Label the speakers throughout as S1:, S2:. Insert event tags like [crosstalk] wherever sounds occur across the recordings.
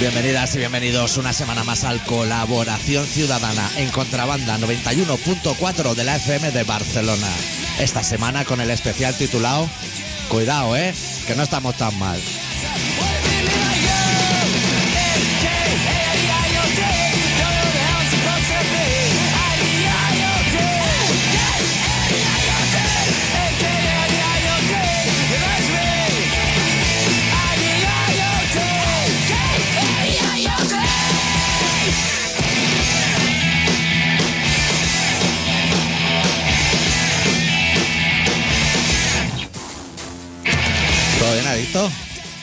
S1: Bienvenidas y bienvenidos una semana más al Colaboración Ciudadana en Contrabanda 91.4 de la FM de Barcelona. Esta semana con el especial titulado Cuidado, eh, que no estamos tan mal. ¿Todo bien, Adicto?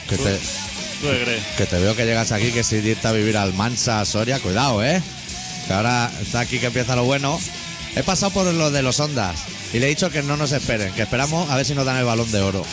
S1: Que te,
S2: ¿Tú qué crees?
S1: que te veo que llegas aquí, que si irte a vivir al Mansa, Soria, cuidado, eh. Que ahora está aquí que empieza lo bueno. He pasado por lo de los ondas y le he dicho que no nos esperen, que esperamos a ver si nos dan el balón de oro.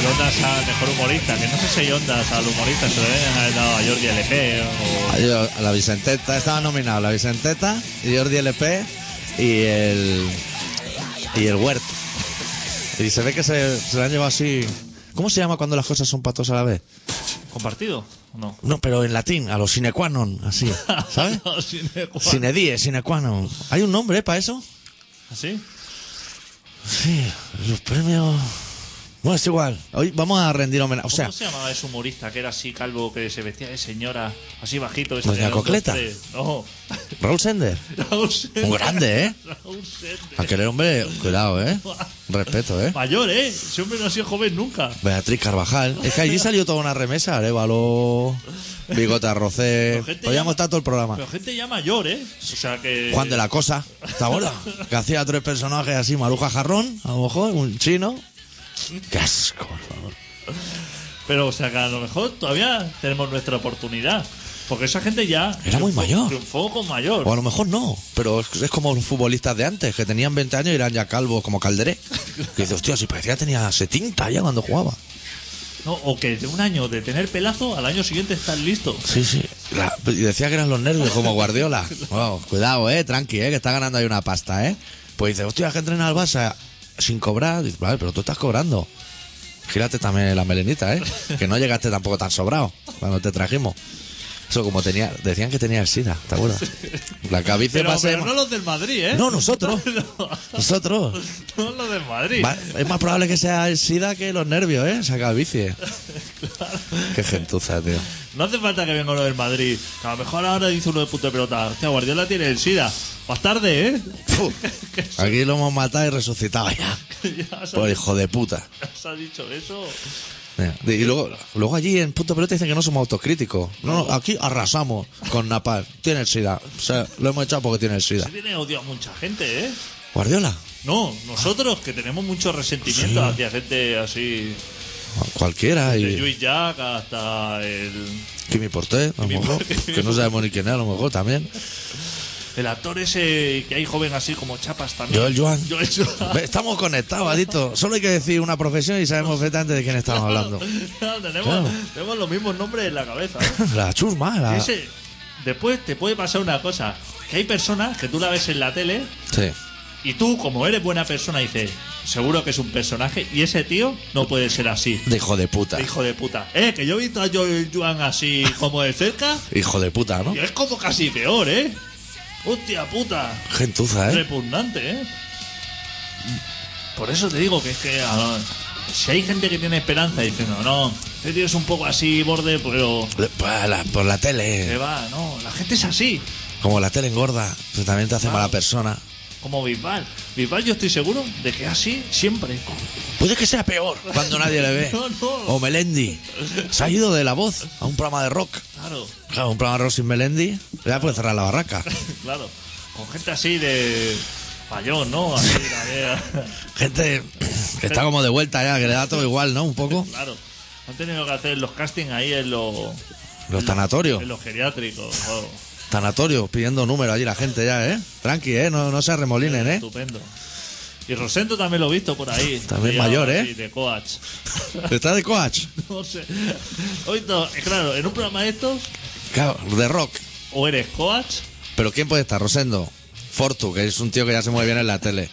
S2: El Ondas al mejor humorista, que no sé si hay Ondas al humorista, se lo deben haber dado a Jordi LG o...
S1: Yo- La Vicenteta, estaba nominado la Vicenteta, Jordi LP y el. y el Huerto. Y se ve que se, se la han llevado así. ¿Cómo se llama cuando las cosas son patos a la vez?
S2: ¿Compartido? ¿O No. [laughs]
S1: No, pero en latín, a los sine qua non, así, [laughs] ¿sabes?
S2: No, sin el cual.
S1: sine die, sine qua non. ¿Hay un nombre para eso?
S2: ¿Así?
S1: Sí, los premios. Bueno, es igual. Hoy vamos a rendir homenaje. O sea,
S2: ¿Cómo se llamaba ese humorista que era así calvo, que se vestía de señora, así bajito? que se
S1: Doña
S2: tenía
S1: Pues
S2: los
S1: Cocleta.
S2: dos, tres? No.
S1: Raúl [laughs] Sender.
S2: Raúl Sender.
S1: Un grande, ¿eh?
S2: Raúl Sender.
S1: Aquel hombre, cuidado, ¿eh? Respeto, ¿eh?
S2: Mayor, ¿eh? Ese hombre no ha sido joven nunca.
S1: Beatriz Carvajal. Es que allí salió toda una remesa. Arevalo, Bigote Arrocé.
S2: Pero gente
S1: Podíamos
S2: llama-
S1: estar todo el programa.
S2: Pero gente ya mayor, ¿eh? O sea que...
S1: Juan de la Cosa, ¿te acuerdas? Que hacía tres personajes así, Maruja Jarrón, a lo mejor, un chino. ¡Qué asco, por favor!
S2: Pero, o sea, que a lo mejor todavía tenemos nuestra oportunidad. Porque esa gente ya.
S1: Era muy
S2: triunfó-
S1: mayor.
S2: Triunfó con mayor.
S1: O a lo mejor no, pero es, es como los futbolistas de antes, que tenían 20 años y eran ya calvos como Calderé. Que dices, hostia, si parecía que tenía 70 ya cuando jugaba.
S2: No, o que de un año de tener pelazo, al año siguiente estás listo.
S1: Sí, sí. La- y decía que eran los nervios, como
S2: [laughs]
S1: Guardiola. Wow, cuidado, eh, tranqui, eh, que está ganando ahí una pasta, eh. Pues dice, hostia, que entrena al Barça sin cobrar. Dice, vale, pero tú estás cobrando. Gírate también la melenita, eh. Que no llegaste tampoco tan sobrado cuando te trajimos. Eso como tenía, decían que tenía el SIDA, ¿te acuerdas? La cabice
S2: Pero,
S1: va a ser
S2: pero no
S1: más-
S2: los del Madrid, ¿eh?
S1: No, nosotros.
S2: [laughs] no,
S1: Nosotros.
S2: [laughs] no los del Madrid.
S1: Va- es más probable que sea el SIDA que los nervios, ¿eh? Saca
S2: [laughs]
S1: bici. Qué gentuza, tío.
S2: No hace falta que venga uno del Madrid. Que a lo mejor ahora dice uno de punto de pelota. Hostia, Guardiola tiene el SIDA. Más tarde, ¿eh? [laughs]
S1: Fu. Aquí lo hemos matado y resucitado ya.
S2: ya se
S1: Por hijo de puta.
S2: se ha dicho eso.
S1: Mira, Y luego, luego allí en Punto Pelota dicen que no somos autocríticos. No, no, aquí arrasamos con Napal. Tiene el SIDA. O sea, lo hemos echado porque tiene el SIDA.
S2: Se tiene odio a mucha gente, ¿eh?
S1: Guardiola.
S2: No, nosotros que tenemos mucho resentimiento
S1: Sí.
S2: hacia gente así
S1: Cualquiera.
S2: De
S1: Y
S2: Luis Jack hasta el,
S1: Kimi Porté, a lo
S2: Kimi
S1: mejor.
S2: Porté.
S1: Que no sabemos ni quién es, a lo mejor también.
S2: el actor ese que hay joven así como chapas también.
S1: Joel Joan.
S2: Joel Joan.
S1: Ve, Estamos conectados, Adito. Solo hay que decir una profesión y sabemos perfectamente de quién estamos hablando.
S2: [laughs] Claro, tenemos,
S1: Claro. Ah.
S2: tenemos los mismos nombres en la cabeza.
S1: La chusma,
S2: Y
S1: la...
S2: ese- después te puede pasar una cosa, que hay personas que tú la ves en la tele
S1: Sí.
S2: y tú como eres buena persona dices, seguro que es un personaje y ese tío no puede
S1: [laughs]
S2: ser así.
S1: De hijo de puta.
S2: Hijo de puta. Eh, que yo he visto a Joel Joan así como de cerca
S1: Hijo de puta, ¿no?
S2: y es como casi peor, ¿eh? Hostia puta.
S1: Gentuza, ¿eh?
S2: repugnante, ¿eh? Por eso te digo que es que a- si hay gente que tiene esperanza diciendo, no, este tío es un poco así, borde, pero
S1: Le- Por Pues, la, por la
S2: que
S1: tele.
S2: va, no, la gente es así,
S1: Como la tele engorda, pues también te hace
S2: Claro.
S1: mala persona.
S2: como Bisbal. Bisbal yo estoy seguro de que es así siempre.
S1: Puede Pues que sea peor cuando nadie le [laughs] ve.
S2: No, no.
S1: O Melendi. Se ha ido de la voz a un programa de rock.
S2: Claro, [laughs]
S1: Claro, un programa de rock sin Melendi. Ya puede cerrar la barraca.
S2: claro. con gente así de mayor, ¿no? Así,
S1: [laughs]
S2: la de-
S1: Gente que está como de vuelta ya, que le da todo igual, ¿no? Un poco.
S2: [laughs] claro. Han tenido que hacer los castings ahí en los,
S1: Los tanatorios.
S2: en los geriátricos. wow.
S1: Tanatorios, pidiendo números allí la gente ya, ¿eh? Tranqui, ¿eh? No, no se arremolinen, ¿eh?
S2: Estupendo. Y Rosento también lo he visto por ahí.
S1: También
S2: Pillado
S1: mayor,
S2: así
S1: ¿eh?
S2: De coach. [laughs]
S1: Está de coach.
S2: No sé. He visto, eh, claro, en un programa de estos,
S1: Claro, de rock.
S2: o eres coach,
S1: Pero ¿quién puede estar? Rosendo. Fortu, que es un tío que ya se mueve bien en la tele.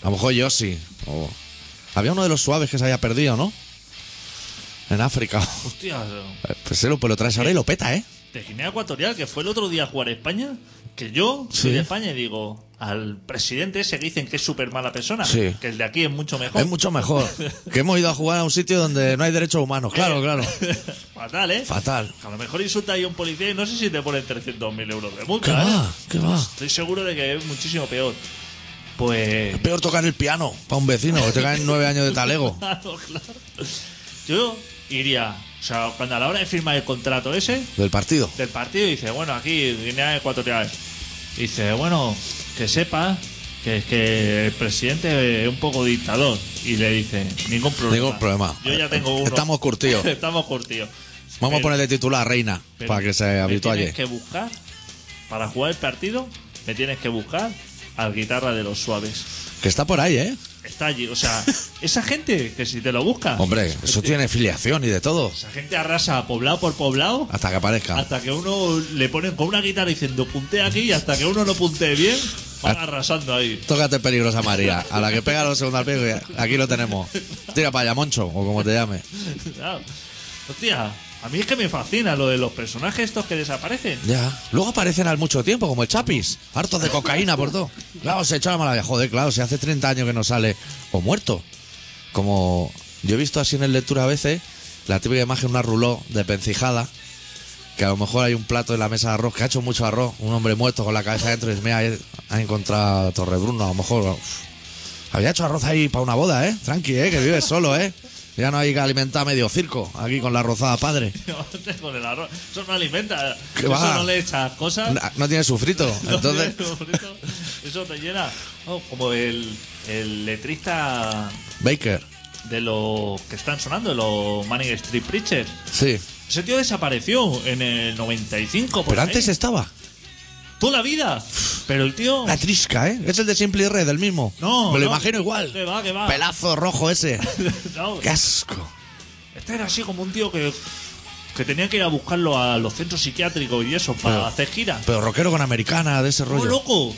S1: A lo mejor Yossi. o- Había uno de los suaves que se había perdido, ¿no? En África.
S2: hostia,
S1: Eh, Pues, se lo- pues lo traes ahora y lo peta, ¿eh?
S2: de Guinea Ecuatorial, que fue el otro día a jugar a España, que yo
S1: Sí.
S2: soy de España y digo al presidente ese que dicen que es súper mala persona,
S1: Sí.
S2: que el de aquí es mucho mejor.
S1: Es mucho mejor. Que hemos ido a jugar a un sitio donde no hay derechos humanos. Claro,
S2: [laughs]
S1: claro.
S2: [laughs] Fatal, ¿eh?
S1: Fatal.
S2: A lo mejor insulta ahí a un policía y no sé si te ponen 300.000 euros de
S1: ¿Qué
S2: multa, ¿eh?
S1: va? ¿Qué va?
S2: Estoy seguro de que es muchísimo peor. Pues...
S1: Es peor tocar el piano para un vecino que te caen nueve años de talego.
S2: [laughs] Claro, claro. Yo iría, o sea, cuando a la hora de firmar el contrato ese
S1: Del partido.
S2: del partido, dice, bueno, aquí Guinea Ecuatorial. Dice, bueno, que sepa que, que el presidente es un poco dictador. Y le dice, ningún problema.
S1: Ningún problema. Eh,
S2: Yo ya tengo uno.
S1: Estamos curtidos.
S2: [laughs] Estamos curtidos.
S1: Vamos a
S2: Pero-
S1: poner de titular a Reina
S2: pero
S1: para que se
S2: me
S1: habitualle.
S2: Tienes que buscar, para jugar el partido, me tienes que buscar al guitarra de los suaves.
S1: Que está por ahí, ¿eh?
S2: Está allí,
S1: [laughs]
S2: o sea, esa gente que si te lo busca.
S1: Hombre, eso tiene filiación y de todo.
S2: Esa gente arrasa poblado por poblado
S1: Hasta que aparezca.
S2: hasta que uno le ponen con una guitarra diciendo puntea aquí y hasta que uno no puntee bien, van
S1: Ah.
S2: arrasando ahí. [laughs]
S1: Tócate peligrosa María. A la que pega los segundos al pie, aquí lo tenemos. Tira para allá, Moncho, o como te llame.
S2: Claro. Hostia, a mí es que me fascina lo de los personajes estos que desaparecen. [laughs]
S1: Ya. Luego aparecen al mucho tiempo, como el Chapis. Hartos de cocaína por todo. Claro, se echó la mala vida. Joder, claro, si hace 30 años que no sale. O muerto. Como yo he visto así en el lectura a veces, la típica imagen, una ruló de pencijada. Que a lo mejor hay un plato en la mesa de arroz que ha hecho mucho arroz. Un hombre muerto con la cabeza dentro y dice, mira, ahí han encontrado a Torrebruno, a lo mejor. uf, había hecho arroz ahí para una boda, ¿eh? Tranqui, ¿eh? Que vives solo, ¿eh? Ya no hay que alimentar medio circo aquí con la rozada padre.
S2: Con el arroz. Eso no alimenta.
S1: ¿Qué
S2: Eso
S1: va?
S2: no le echas cosas. [laughs]
S1: No, no tiene sufrito. Entonces,
S2: Eso te llena. Oh, como el, el letrista
S1: Baker.
S2: de los que están sonando, de los Manning Street Preachers.
S1: Sí.
S2: Ese tío desapareció en el 95.
S1: Pero
S2: Por Pues ahí.
S1: antes estaba.
S2: Toda la vida. Pero el
S1: [laughs]
S2: tío.
S1: La trisca, ¿eh? Es el de Simple Red, el mismo.
S2: No.
S1: Me lo
S2: no.
S1: imagino igual.
S2: Que va, que va. [laughs]
S1: Pelazo rojo ese.
S2: No,
S1: Qué asco.
S2: Este era así como un tío que. Que tenía que ir a buscarlo a los centros psiquiátricos y eso para
S1: Pero-
S2: hacer giras.
S1: Pero rockero con americana, de ese
S2: ¡Oh,
S1: rollo.
S2: loco!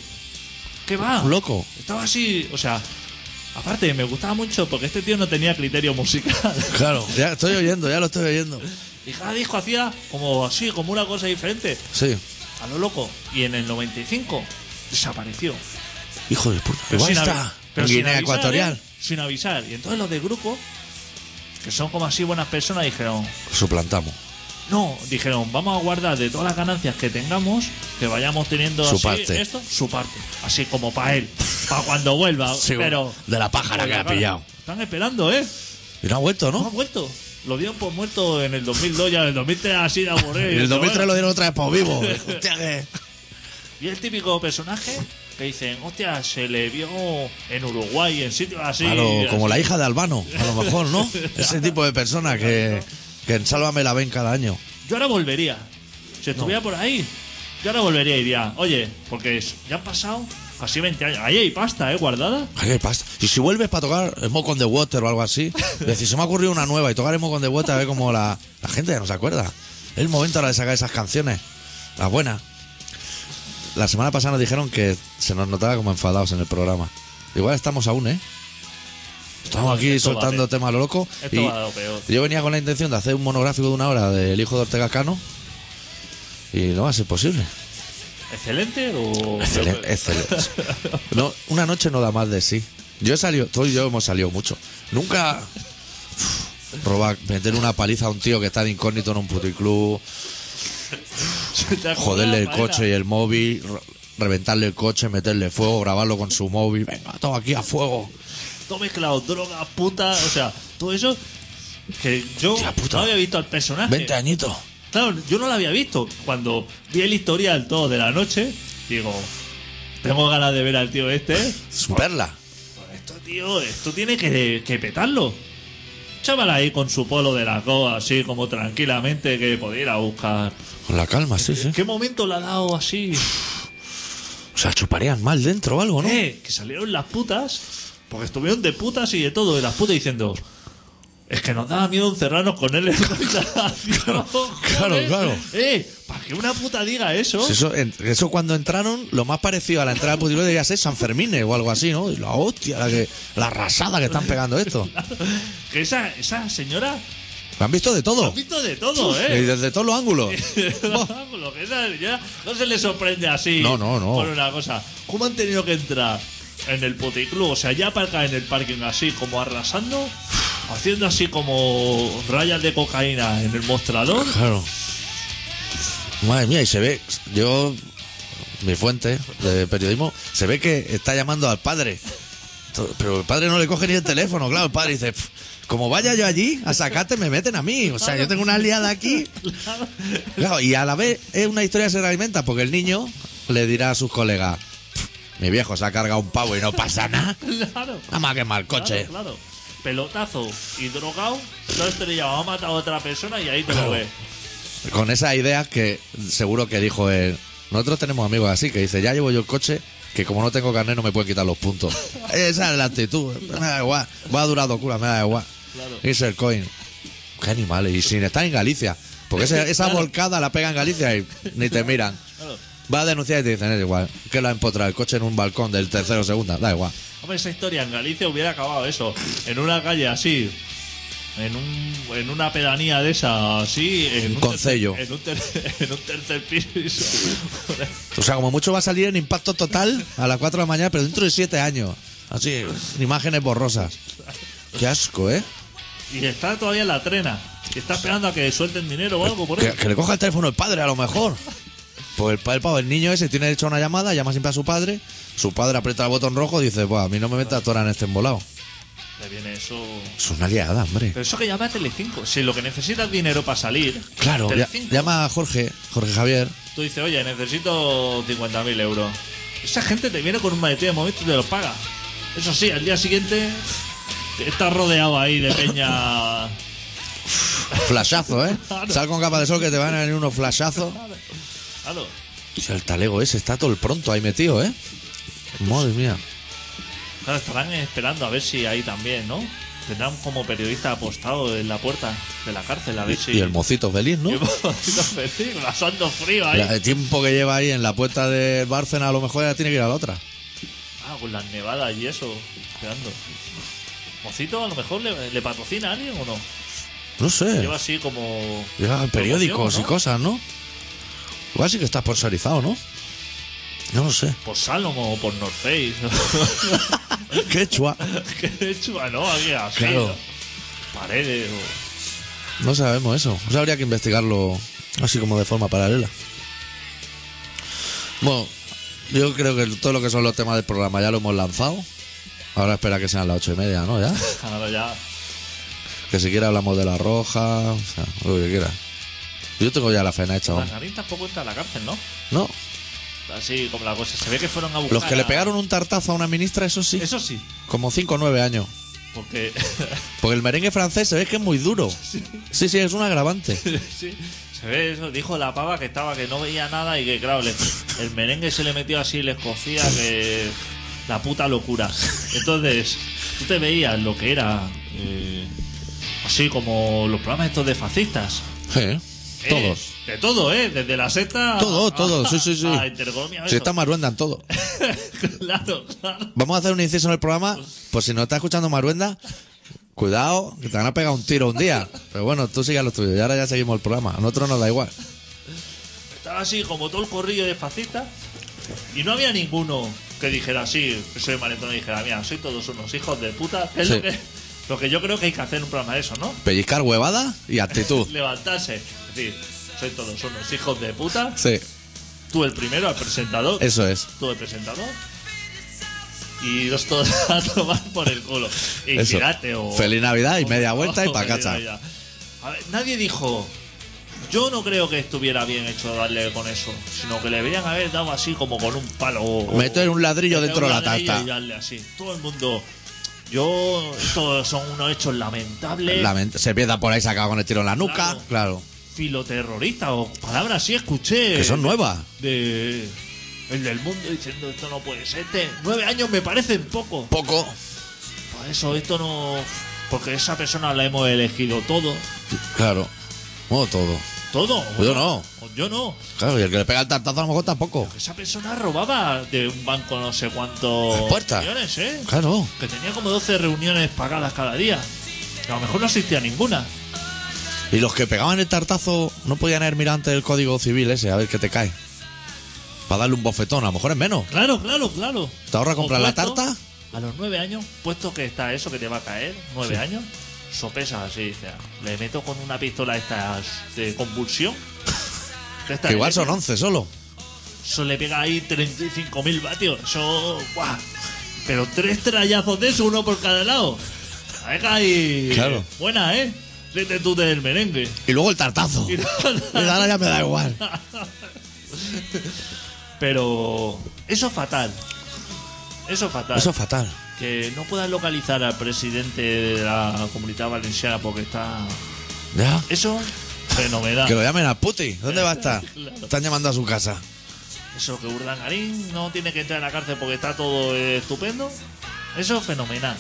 S2: ¿Qué va?
S1: Un loco.
S2: Estaba así, o sea. Aparte, me gustaba mucho porque este tío no tenía criterio
S1: [laughs]
S2: musical.
S1: Claro, ya estoy oyendo, ya lo estoy oyendo.
S2: Y cada disco hacía como así, como una cosa diferente.
S1: Sí.
S2: A lo loco. Y en el 95 desapareció.
S1: Hijo de puta. Igual
S2: sin
S1: está
S2: avi- pero
S1: en
S2: sin
S1: Guinea
S2: avisar,
S1: Ecuatorial.
S2: ¿eh? Sin avisar. Y entonces los de grupo, que son como así buenas personas, dijeron,
S1: Suplantamos.
S2: no, dijeron, vamos a guardar de todas las ganancias que tengamos, que vayamos teniendo
S1: Su
S2: así
S1: parte.
S2: esto, su parte. Así como para él, para cuando
S1: [laughs]
S2: vuelva.
S1: Sí,
S2: Ah, pero
S1: de la pájara que ha pillado.
S2: Están esperando, ¿eh?
S1: Y no ha vuelto,
S2: No ha
S1: ¿no?
S2: vuelto. Lo dieron por muerto en el 2002, ya en el 2003 así
S1: [laughs]
S2: de aburrido.
S1: Y el 2003 lo
S2: Bueno,
S1: dieron otra vez por
S2: [laughs]
S1: vivo. Hostia, que-
S2: Y el típico personaje que dicen, hostia, se le vio en Uruguay, en sitios así.
S1: A lo-
S2: así.
S1: como la hija de Albano, a lo mejor, ¿no?
S2: [laughs]
S1: Ese tipo de persona que, que en Sálvame la ven cada año.
S2: Yo ahora volvería. Si estuviera por ahí, yo ahora volvería y diría, oye, porque es- ya han pasado casi 20 años. Ahí hay pasta, ¿eh? Guardada.
S1: Ay, ¿Qué pasa? Y si vuelves para tocar Smoke on the Water o algo
S2: [laughs]
S1: así, decir, se me ha ocurrido una nueva y tocar Smoke on the Water a ver cómo la, la gente ya no se acuerda. Es el momento ahora de sacar esas canciones, las buenas. La semana pasada nos dijeron que se nos notaba como enfadados en el programa. Igual estamos aún, ¿eh? Estamos aquí
S2: Esto va
S1: soltando
S2: a-
S1: temas a lo loco.
S2: Esto
S1: Y
S2: va a lo peor.
S1: yo venía con la intención de hacer un monográfico de una hora del hijo de Ortega Cano. Y no va a ser posible.
S2: ¿Excelente o.?
S1: Excelente, excelente. No, una noche no da más de sí. Yo he salido, tú y yo hemos salido mucho. Nunca uf, robar, meter una paliza a un tío que está de incógnito en un puticlub, joderle el coche y el móvil, re- reventarle el coche, meterle fuego, grabarlo con su móvil. Venga, todo aquí a fuego.
S2: Todo mezclado, droga, puta, o sea, todo eso. Que yo
S1: Hostia puta.
S2: no había visto al personaje.
S1: 20 añitos.
S2: Claro, yo no lo había visto. Cuando vi el historial todo de la noche, digo, Tengo ganas de ver al tío este.
S1: Superla.
S2: Esto, tío, esto tiene que, que petarlo. Chaval ahí con su polo de las dos, así como tranquilamente que pudiera buscar.
S1: Con la calma, sí, sí.
S2: ¿Qué momento le ha dado así?
S1: O sea, chuparían mal dentro o algo, ¿no?
S2: Eh, que salieron las putas, porque estuvieron de putas y de todo, y las putas diciendo, es que nos daba miedo encerrarnos con él en la habitación".
S1: [laughs] claro,
S2: Joder.
S1: claro.
S2: Eh, para que una puta diga eso.
S1: Si Eso, en- eso cuando entraron, lo más parecido a la entrada al putiferio debería ser San Fermín o algo así, ¿no? Y La hostia, la, que, la arrasada que están pegando esto.
S2: [laughs] Que esa, esa señora
S1: Lo han visto de todo.
S2: ha visto de todo,
S1: Y
S2: eh.
S1: desde todos los ángulos.
S2: [laughs] Lo que esa señora no se le sorprende así.
S1: No, no, no.
S2: Por una cosa. ¿Cómo han tenido que entrar en el puticlub? O sea, ya aparcar en el parking así, como arrasando, haciendo así como rayas de cocaína en el mostrador.
S1: Claro. Madre mía, y se ve, yo, mi fuente de periodismo, se ve que está llamando al padre. To- Pero el padre no le coge ni el teléfono, claro, el padre dice, "Pf, como vaya yo allí, a sacarte me meten a mí. O sea, yo tengo una aliada aquí. Claro, y a la vez es una historia que se realimenta, porque el niño le dirá a sus colegas, "Pf, mi viejo se ha cargado un pavo y no pasa nada.
S2: [laughs] Claro.
S1: Nada más quemar el coche.
S2: Claro, claro. Pelotazo y drogado, lo estrellado, ha matado a otra persona y ahí te
S1: Claro.
S2: lo ves.
S1: Con esas ideas que seguro que dijo él. Nosotros tenemos amigos así que dice, ya llevo yo el coche, que como no tengo carnet no me pueden quitar los
S2: [laughs]
S1: puntos. Esa es la actitud. Me da igual. Va a durar dos curas, me da igual.
S2: Claro.
S1: Irse el coin. Qué animales. Y sin estar en Galicia. Porque esa, esa
S2: Claro.
S1: volcada la pega en Galicia y ni te miran.
S2: Claro.
S1: Va a denunciar y te dicen, es igual. Que lo ha empotrado el coche en un balcón del tercero o segunda. Da igual.
S2: Hombre, esa historia en Galicia hubiera acabado eso. En una calle así. En, un, en una pedanía de esa, así. En un
S1: concello.
S2: tercer- En un, ter- [laughs] en un tercer
S1: [laughs]
S2: piso.
S1: O sea, como mucho va a salir en impacto total a las 4 de la mañana, pero dentro de 7 años. Así, imágenes borrosas. Qué asco, ¿eh?
S2: y está todavía en la trena. Y está esperando a que suelten dinero o algo por
S1: Que,
S2: eso.
S1: que le coja el teléfono el padre, a lo mejor. Pues el, pa- el, pavo, el niño ese tiene derecho a una llamada, llama siempre a su padre. Su padre aprieta el botón rojo y dice: Buah, a mí no me metas tora en este embolado.
S2: Le viene eso.
S1: Es una liada, hombre.
S2: Pero eso que llama a Telecinco. Si lo que necesitas es dinero para salir.
S1: Claro, ya-
S2: Telecinco.
S1: llama a Jorge, Jorge Javier.
S2: Tú dices, oye, necesito 50.000 euros. Esa gente te viene con un maletín de momento y te lo paga. Eso sí, al día siguiente estás rodeado ahí de
S1: [laughs]
S2: peña.
S1: Flashazo, ¿eh?
S2: [laughs] Claro.
S1: Sal con capa de sol que te van a venir unos flashazos.
S2: Claro.
S1: Y el talego ese está todo el pronto ahí metido, ¿eh? Madre mía.
S2: Claro, estarán esperando a ver si ahí también, ¿no? Tendrán como periodista apostado en la puerta de la cárcel, a ver si.
S1: Y el
S2: [laughs]
S1: mocito feliz, ¿no?
S2: Y el mocito feliz, pasando frío ahí.
S1: El tiempo que lleva ahí en la puerta de Bárcena, a lo mejor ya tiene que ir a la otra.
S2: Ah, con las nevadas y eso, esperando. Mocito, a lo mejor le, le patrocina a alguien o no.
S1: No sé.
S2: Lleva así como.
S1: Ya, Eh. periódicos y
S2: promoción, ¿no?
S1: cosas, ¿no? Igual sí que está sponsorizado, ¿no? No lo sé.
S2: Por Salom o por North Face. [laughs] ¿no?
S1: Quechua.
S2: que de hecho, ah, no, aquí así.
S1: Claro.
S2: ¿no? Paredes o.
S1: No sabemos eso. O sea, habría que investigarlo así como de forma paralela. Bueno, yo creo que todo lo que son los temas del programa ya lo hemos lanzado. Ahora espera que sean las ocho y media, ¿no? Ya.
S2: Ahora ya.
S1: Que siquiera hablamos de la roja, o sea, lo que quiera. Yo tengo ya la cena hecha. vamos.
S2: Mazarín tampoco entra a la cárcel, ¿no?
S1: No,
S2: Así como la cosa. Se ve que fueron a buscar.
S1: los que le
S2: a-
S1: pegaron un tartazo a una ministra, eso sí.
S2: Eso sí,
S1: Como cinco o nueve años.
S2: porque. [laughs]
S1: Porque el merengue francés se ve que es muy duro. Sí, sí, es un agravante.
S2: sí, se ve eso. Dijo la pava que estaba, que no veía nada y que, claro, le- el merengue se le metió así, le escocía, que. La puta locura. Entonces, tú te veías lo que era. eh, así como los programas estos de fascistas.
S1: Sí,
S2: Eh,
S1: todos.
S2: de todo, ¿eh? Desde la seta.
S1: Todo,
S2: a-
S1: todo, sí, sí, sí.
S2: [laughs] A Intergomia,
S1: Si
S2: eso.
S1: está Maruenda en todo.
S2: [laughs] claro, claro.
S1: Vamos a hacer un inciso en el programa. Por si no está escuchando Maruenda, cuidado, que te van a pegar un tiro un día. Pero bueno, tú sigas lo tuyo y ahora ya seguimos el programa. A nosotros nos da igual.
S2: Estaba así como todo el corrillo de fascistas. Y no había ninguno que dijera así, que soy maletón y dijera, mira, soy todos unos hijos de puta. Es
S1: Sí.
S2: lo, que, lo que yo creo que hay que hacer en un programa de eso, ¿no?
S1: Pellizcar huevada y actitud.
S2: Levantarse. Es decir, soy todos unos hijos de puta.
S1: Sí,
S2: Tú el primero, al presentador.
S1: eso es.
S2: Tú el presentador. Y los todos [laughs] a tomar por el culo. Y
S1: Eso.
S2: tirate o. [laughs]
S1: Feliz Navidad y media vuelta y
S2: Oh,
S1: pa'
S2: feliz
S1: casa.
S2: Navidad. A ver, nadie dijo, Yo no creo que estuviera bien hecho darle con eso, sino que le deberían haber dado así como con un palo. o-
S1: Meter un ladrillo
S2: meter
S1: dentro de
S2: un
S1: la
S2: ladrillo
S1: tarta.
S2: Y darle así. Todo el mundo. Yo, estos son unos hechos lamentables,
S1: Lament- se pierda por ahí sacado con el tiro en la nuca. Claro.
S2: Claro.
S1: claro.
S2: filoterroristas o palabras así escuché.
S1: Que son nuevas.
S2: de el del mundo diciendo esto no puede ser. Este, nueve años me parecen poco.
S1: Poco.
S2: Por eso esto no. Porque esa persona la hemos elegido todo.
S1: Claro. No todo.
S2: Todo.
S1: Pues Yo no.
S2: Pues Yo no.
S1: Claro, y el que le pega el tartazo a lo mejor tampoco.
S2: Esa persona robaba de un banco no sé cuántos
S1: Las puertas.
S2: millones, ¿eh?
S1: Claro.
S2: Que tenía como 12 reuniones pagadas cada día. A lo mejor no asistía a ninguna.
S1: Y los que pegaban el tartazo no podían ir mirante del código civil ese, a ver qué te cae. Para darle un bofetón, a lo mejor es menos.
S2: Claro, claro, claro.
S1: ¿Te ahorra
S2: O
S1: comprar la
S2: puesto,
S1: tarta?
S2: A los nueve años, puesto que está eso que te va a caer, nueve años, sopesas así, dices, le meto con una pistola esta de convulsión. de esta
S1: Que igual
S2: de-
S1: son 11 solo.
S2: Eso le pega ahí 35.000 vatios. Eso. ¡Buah! Pero tres trallazos de eso, uno por cada lado. La deja ahí.
S1: Claro.
S2: Buena, ¿eh? Vete tú del merengue. [laughs]
S1: Y luego el tartazo.
S2: Y
S1: Y ahora ya me da igual.
S2: Pero eso es fatal. Eso es fatal.
S1: Eso es fatal.
S2: Que no puedas localizar al presidente de la comunidad valenciana porque está.
S1: Ya.
S2: Eso, fenomenal.
S1: Que lo llamen a Puti. ¿Dónde va a estar?
S2: Claro.
S1: Están llamando a su casa.
S2: Eso que Urdangarín no tiene que entrar en la cárcel porque está todo eh, estupendo. Eso es fenomenal.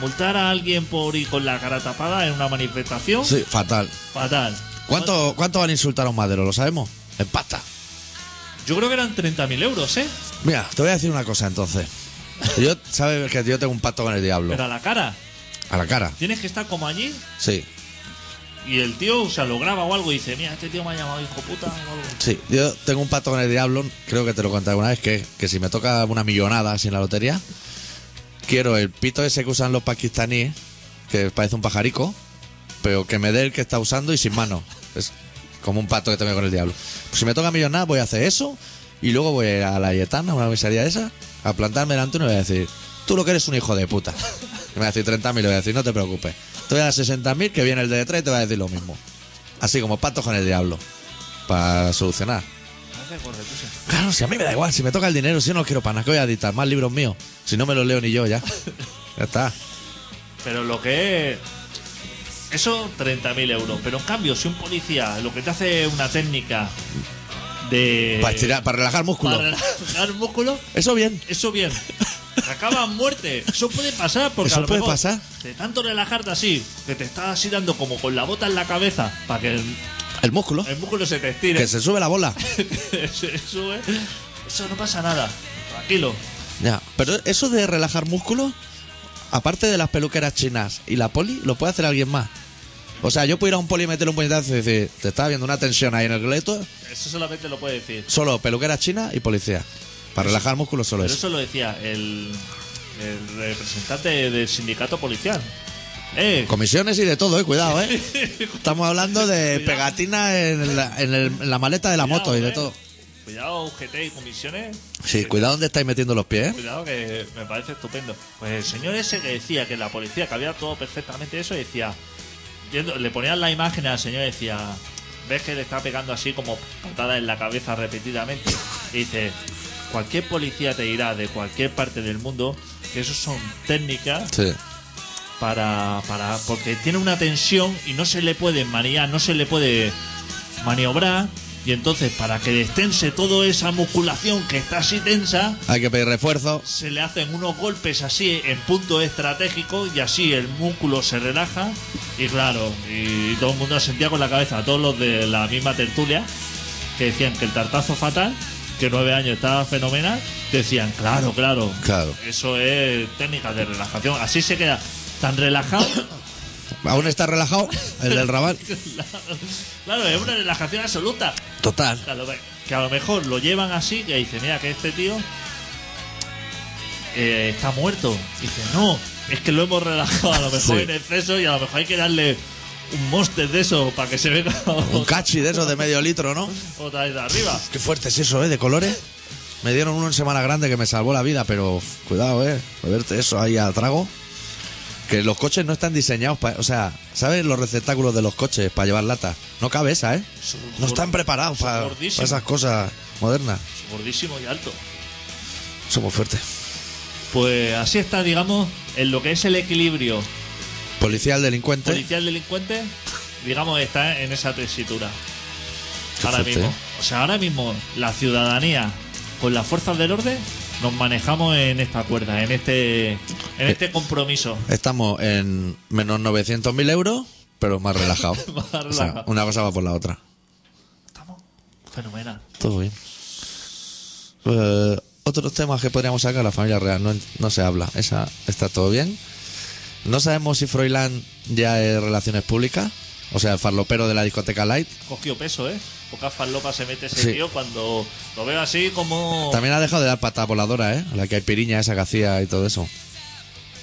S2: Multar a alguien por ir con la cara tapada en una manifestación,
S1: Sí, fatal.
S2: fatal.
S1: ¿Cuánto, cuánto van a insultar a un madero? ¿Lo sabemos? En pasta.
S2: Yo creo que eran 30.000 euros, ¿eh?
S1: Mira, te voy a decir una cosa entonces. Yo, sabes que yo tengo un pacto con el diablo.
S2: Pero a la cara.
S1: A la cara.
S2: Tienes que estar como allí
S1: Sí,
S2: y el tío, o sea, lo graba o algo y dice, mira, este tío me ha llamado hijo puta o algo.
S1: sí. Yo tengo un pacto con el diablo. Creo que te lo conté alguna vez. Que, que si me toca una millonada sin la lotería, quiero el pito ese que usan los pakistaníes, que parece un pajarico, pero que me dé el que está usando y sin mano. Es como un pacto que tengo con el diablo. Pues si me toca millonada, voy a hacer eso. Y luego voy a ir a la Yetana, una comisaría esa, a plantarme delante y le voy a decir: Tú lo que eres un hijo de puta. [laughs] Y me va a decir 30.000, le voy a decir: No te preocupes. Te voy a dar 60.000, que viene el de detrás y te va a decir lo mismo. Así como pactos con el diablo. Para solucionar.
S2: Parece correctísimo.
S1: Claro, si a mí me da igual, si me toca el dinero, si yo no quiero panas, que voy a editar más libros míos. Si no me los leo ni yo
S2: [laughs]
S1: ya. Ya está.
S2: Pero lo que es. Eso, 30.000 euros. Pero en cambio, si un policía lo que te hace es una técnica de.
S1: Para, estirar, para relajar músculo.
S2: Eh, para relajar músculo,
S1: Eso bien.
S2: eso bien. Acaba en muerte. Eso puede pasar porque
S1: Eso
S2: a lo
S1: puede
S2: mejor
S1: pasar.
S2: De tanto relajarte así, que te estás así dando como con la bota en la cabeza para que el,
S1: El músculo.
S2: el músculo se te estire.
S1: Que
S2: [laughs]
S1: se sube la bola.
S2: Se sube. Eso no pasa nada. Tranquilo.
S1: Ya. Pero eso de relajar músculo, aparte de las peluqueras chinas y la poli, lo puede hacer alguien más. O sea, yo puedo ir a un poli y meterle un puñetazo y decir, te está viendo una tensión ahí en el gleto,
S2: Eso solamente lo puede decir.
S1: solo peluqueras chinas y policía. Para relajar músculo solo
S2: Pero
S1: eso.
S2: eso lo decía el, el representante del sindicato policial. Eh,
S1: Comisiones y de todo, eh, cuidado,
S2: [laughs]
S1: eh. Estamos hablando de pegatina en la, en el- en la maleta de la
S2: cuidado,
S1: moto y de
S2: eh.
S1: todo.
S2: Cuidado, UGT y comisiones.
S1: Sí, cuidado donde estáis metiendo los pies, ¿eh?
S2: Cuidado, que me parece estupendo. Pues el señor ese que decía que la policía que había todo perfectamente eso, decía. yendo- le ponían la imagen al señor y decía. Ves que le está pegando así como patadas en la cabeza repetidamente. Y dice: Cualquier policía te dirá de cualquier parte del mundo que eso son técnicas
S1: Sí.
S2: para, para porque tiene una tensión y no se le puede marear, no se le puede maniobrar y entonces para que destense toda esa musculación que está así tensa
S1: Hay que pedir refuerzo.
S2: se le hacen unos golpes así en punto estratégico y así el músculo se relaja y claro, y todo el mundo sentía con la cabeza, todos los de la misma tertulia que decían que el tartazo fatal, que nueve años estaba fenomenal, decían, claro, claro,
S1: Claro.
S2: eso es técnica de relajación, así se queda tan relajado, [coughs]
S1: Aún está relajado el del rabal.
S2: claro, es una relajación absoluta,
S1: Total.
S2: que a lo, me- que a lo mejor lo llevan así, que dice, mira, que este tío eh, está muerto. Y dice, no, es que lo hemos relajado a lo mejor
S1: Sí.
S2: en exceso y a lo mejor hay que darle un monster de eso para que se venga [laughs]
S1: Un
S2: otra
S1: cachi de esos de medio litro, ¿no?
S2: otra vez de arriba.
S1: Qué fuerte es eso, ¿eh? De colores. Me dieron uno en Semana Grande que me salvó la vida, pero cuidado, ¿eh? Beberte eso ahí a trago. Que los coches no están diseñados para. O sea, ¿sabes los receptáculos de los coches para llevar latas? No cabe esa, ¿eh?
S2: Son
S1: No
S2: gor-
S1: están preparados
S2: son
S1: para,
S2: gordísimos.
S1: para esas cosas modernas.
S2: Gordísimo y alto.
S1: Somos fuertes.
S2: Pues así está, digamos, en lo que es el equilibrio
S1: Policial, delincuente.
S2: policial delincuente, digamos, está en esa tesitura.
S1: Qué
S2: ahora
S1: fuerte,
S2: mismo.
S1: ¿eh?
S2: O sea, ahora mismo la ciudadanía con las fuerzas del orden nos manejamos en esta cuerda, en este, en
S1: Eh.
S2: este compromiso.
S1: Estamos en menos 900.000 euros, pero más relajado.
S2: [laughs] Más
S1: O sea,
S2: relajado.
S1: una cosa va por la otra.
S2: Estamos fenomenal.
S1: Todo bien. Eh, otros temas que podríamos sacar, la familia real, no, no se habla. Esa está todo bien. No sabemos si Froilán ya es relaciones públicas, o sea, el farlopero de la discoteca Light.
S2: Cogió peso, ¿eh? Poca falopa se mete ese
S1: Sí.
S2: tío cuando lo veo así como...
S1: También ha dejado de dar patada voladora, ¿eh? La que hay piriña esa que hacía y todo eso.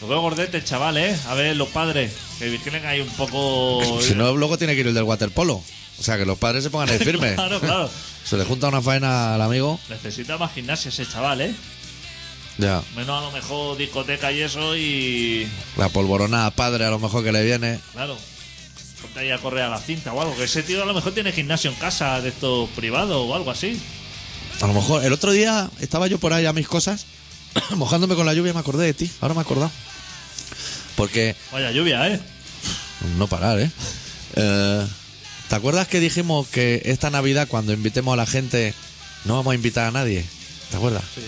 S2: Lo veo gordete, el chaval, ¿eh? A ver, los padres, que vigilen ahí un poco...
S1: [laughs] Si no, luego tiene que ir el del waterpolo. O sea, que los padres se
S2: [laughs]
S1: pongan ahí firmes.
S2: Claro, claro.
S1: Se le junta una faena al amigo.
S2: Necesita más gimnasia ese chaval, ¿eh?
S1: Ya.
S2: Menos a lo mejor discoteca y eso y...
S1: La polvorona a padre a lo mejor que le viene.
S2: Claro. Ponte ahí a correr a la cinta o algo. Que ese tío a lo mejor tiene gimnasio en casa de estos privados o algo así.
S1: A lo mejor el otro día estaba yo por ahí a mis cosas, [coughs] mojándome con la lluvia y me acordé de ti. Ahora me he acordado. Porque
S2: Vaya lluvia, ¿eh?
S1: no parar, ¿eh? Eh, ¿Te acuerdas que dijimos que esta Navidad cuando invitemos a la gente no vamos a invitar a nadie? ¿Te acuerdas?
S2: Sí.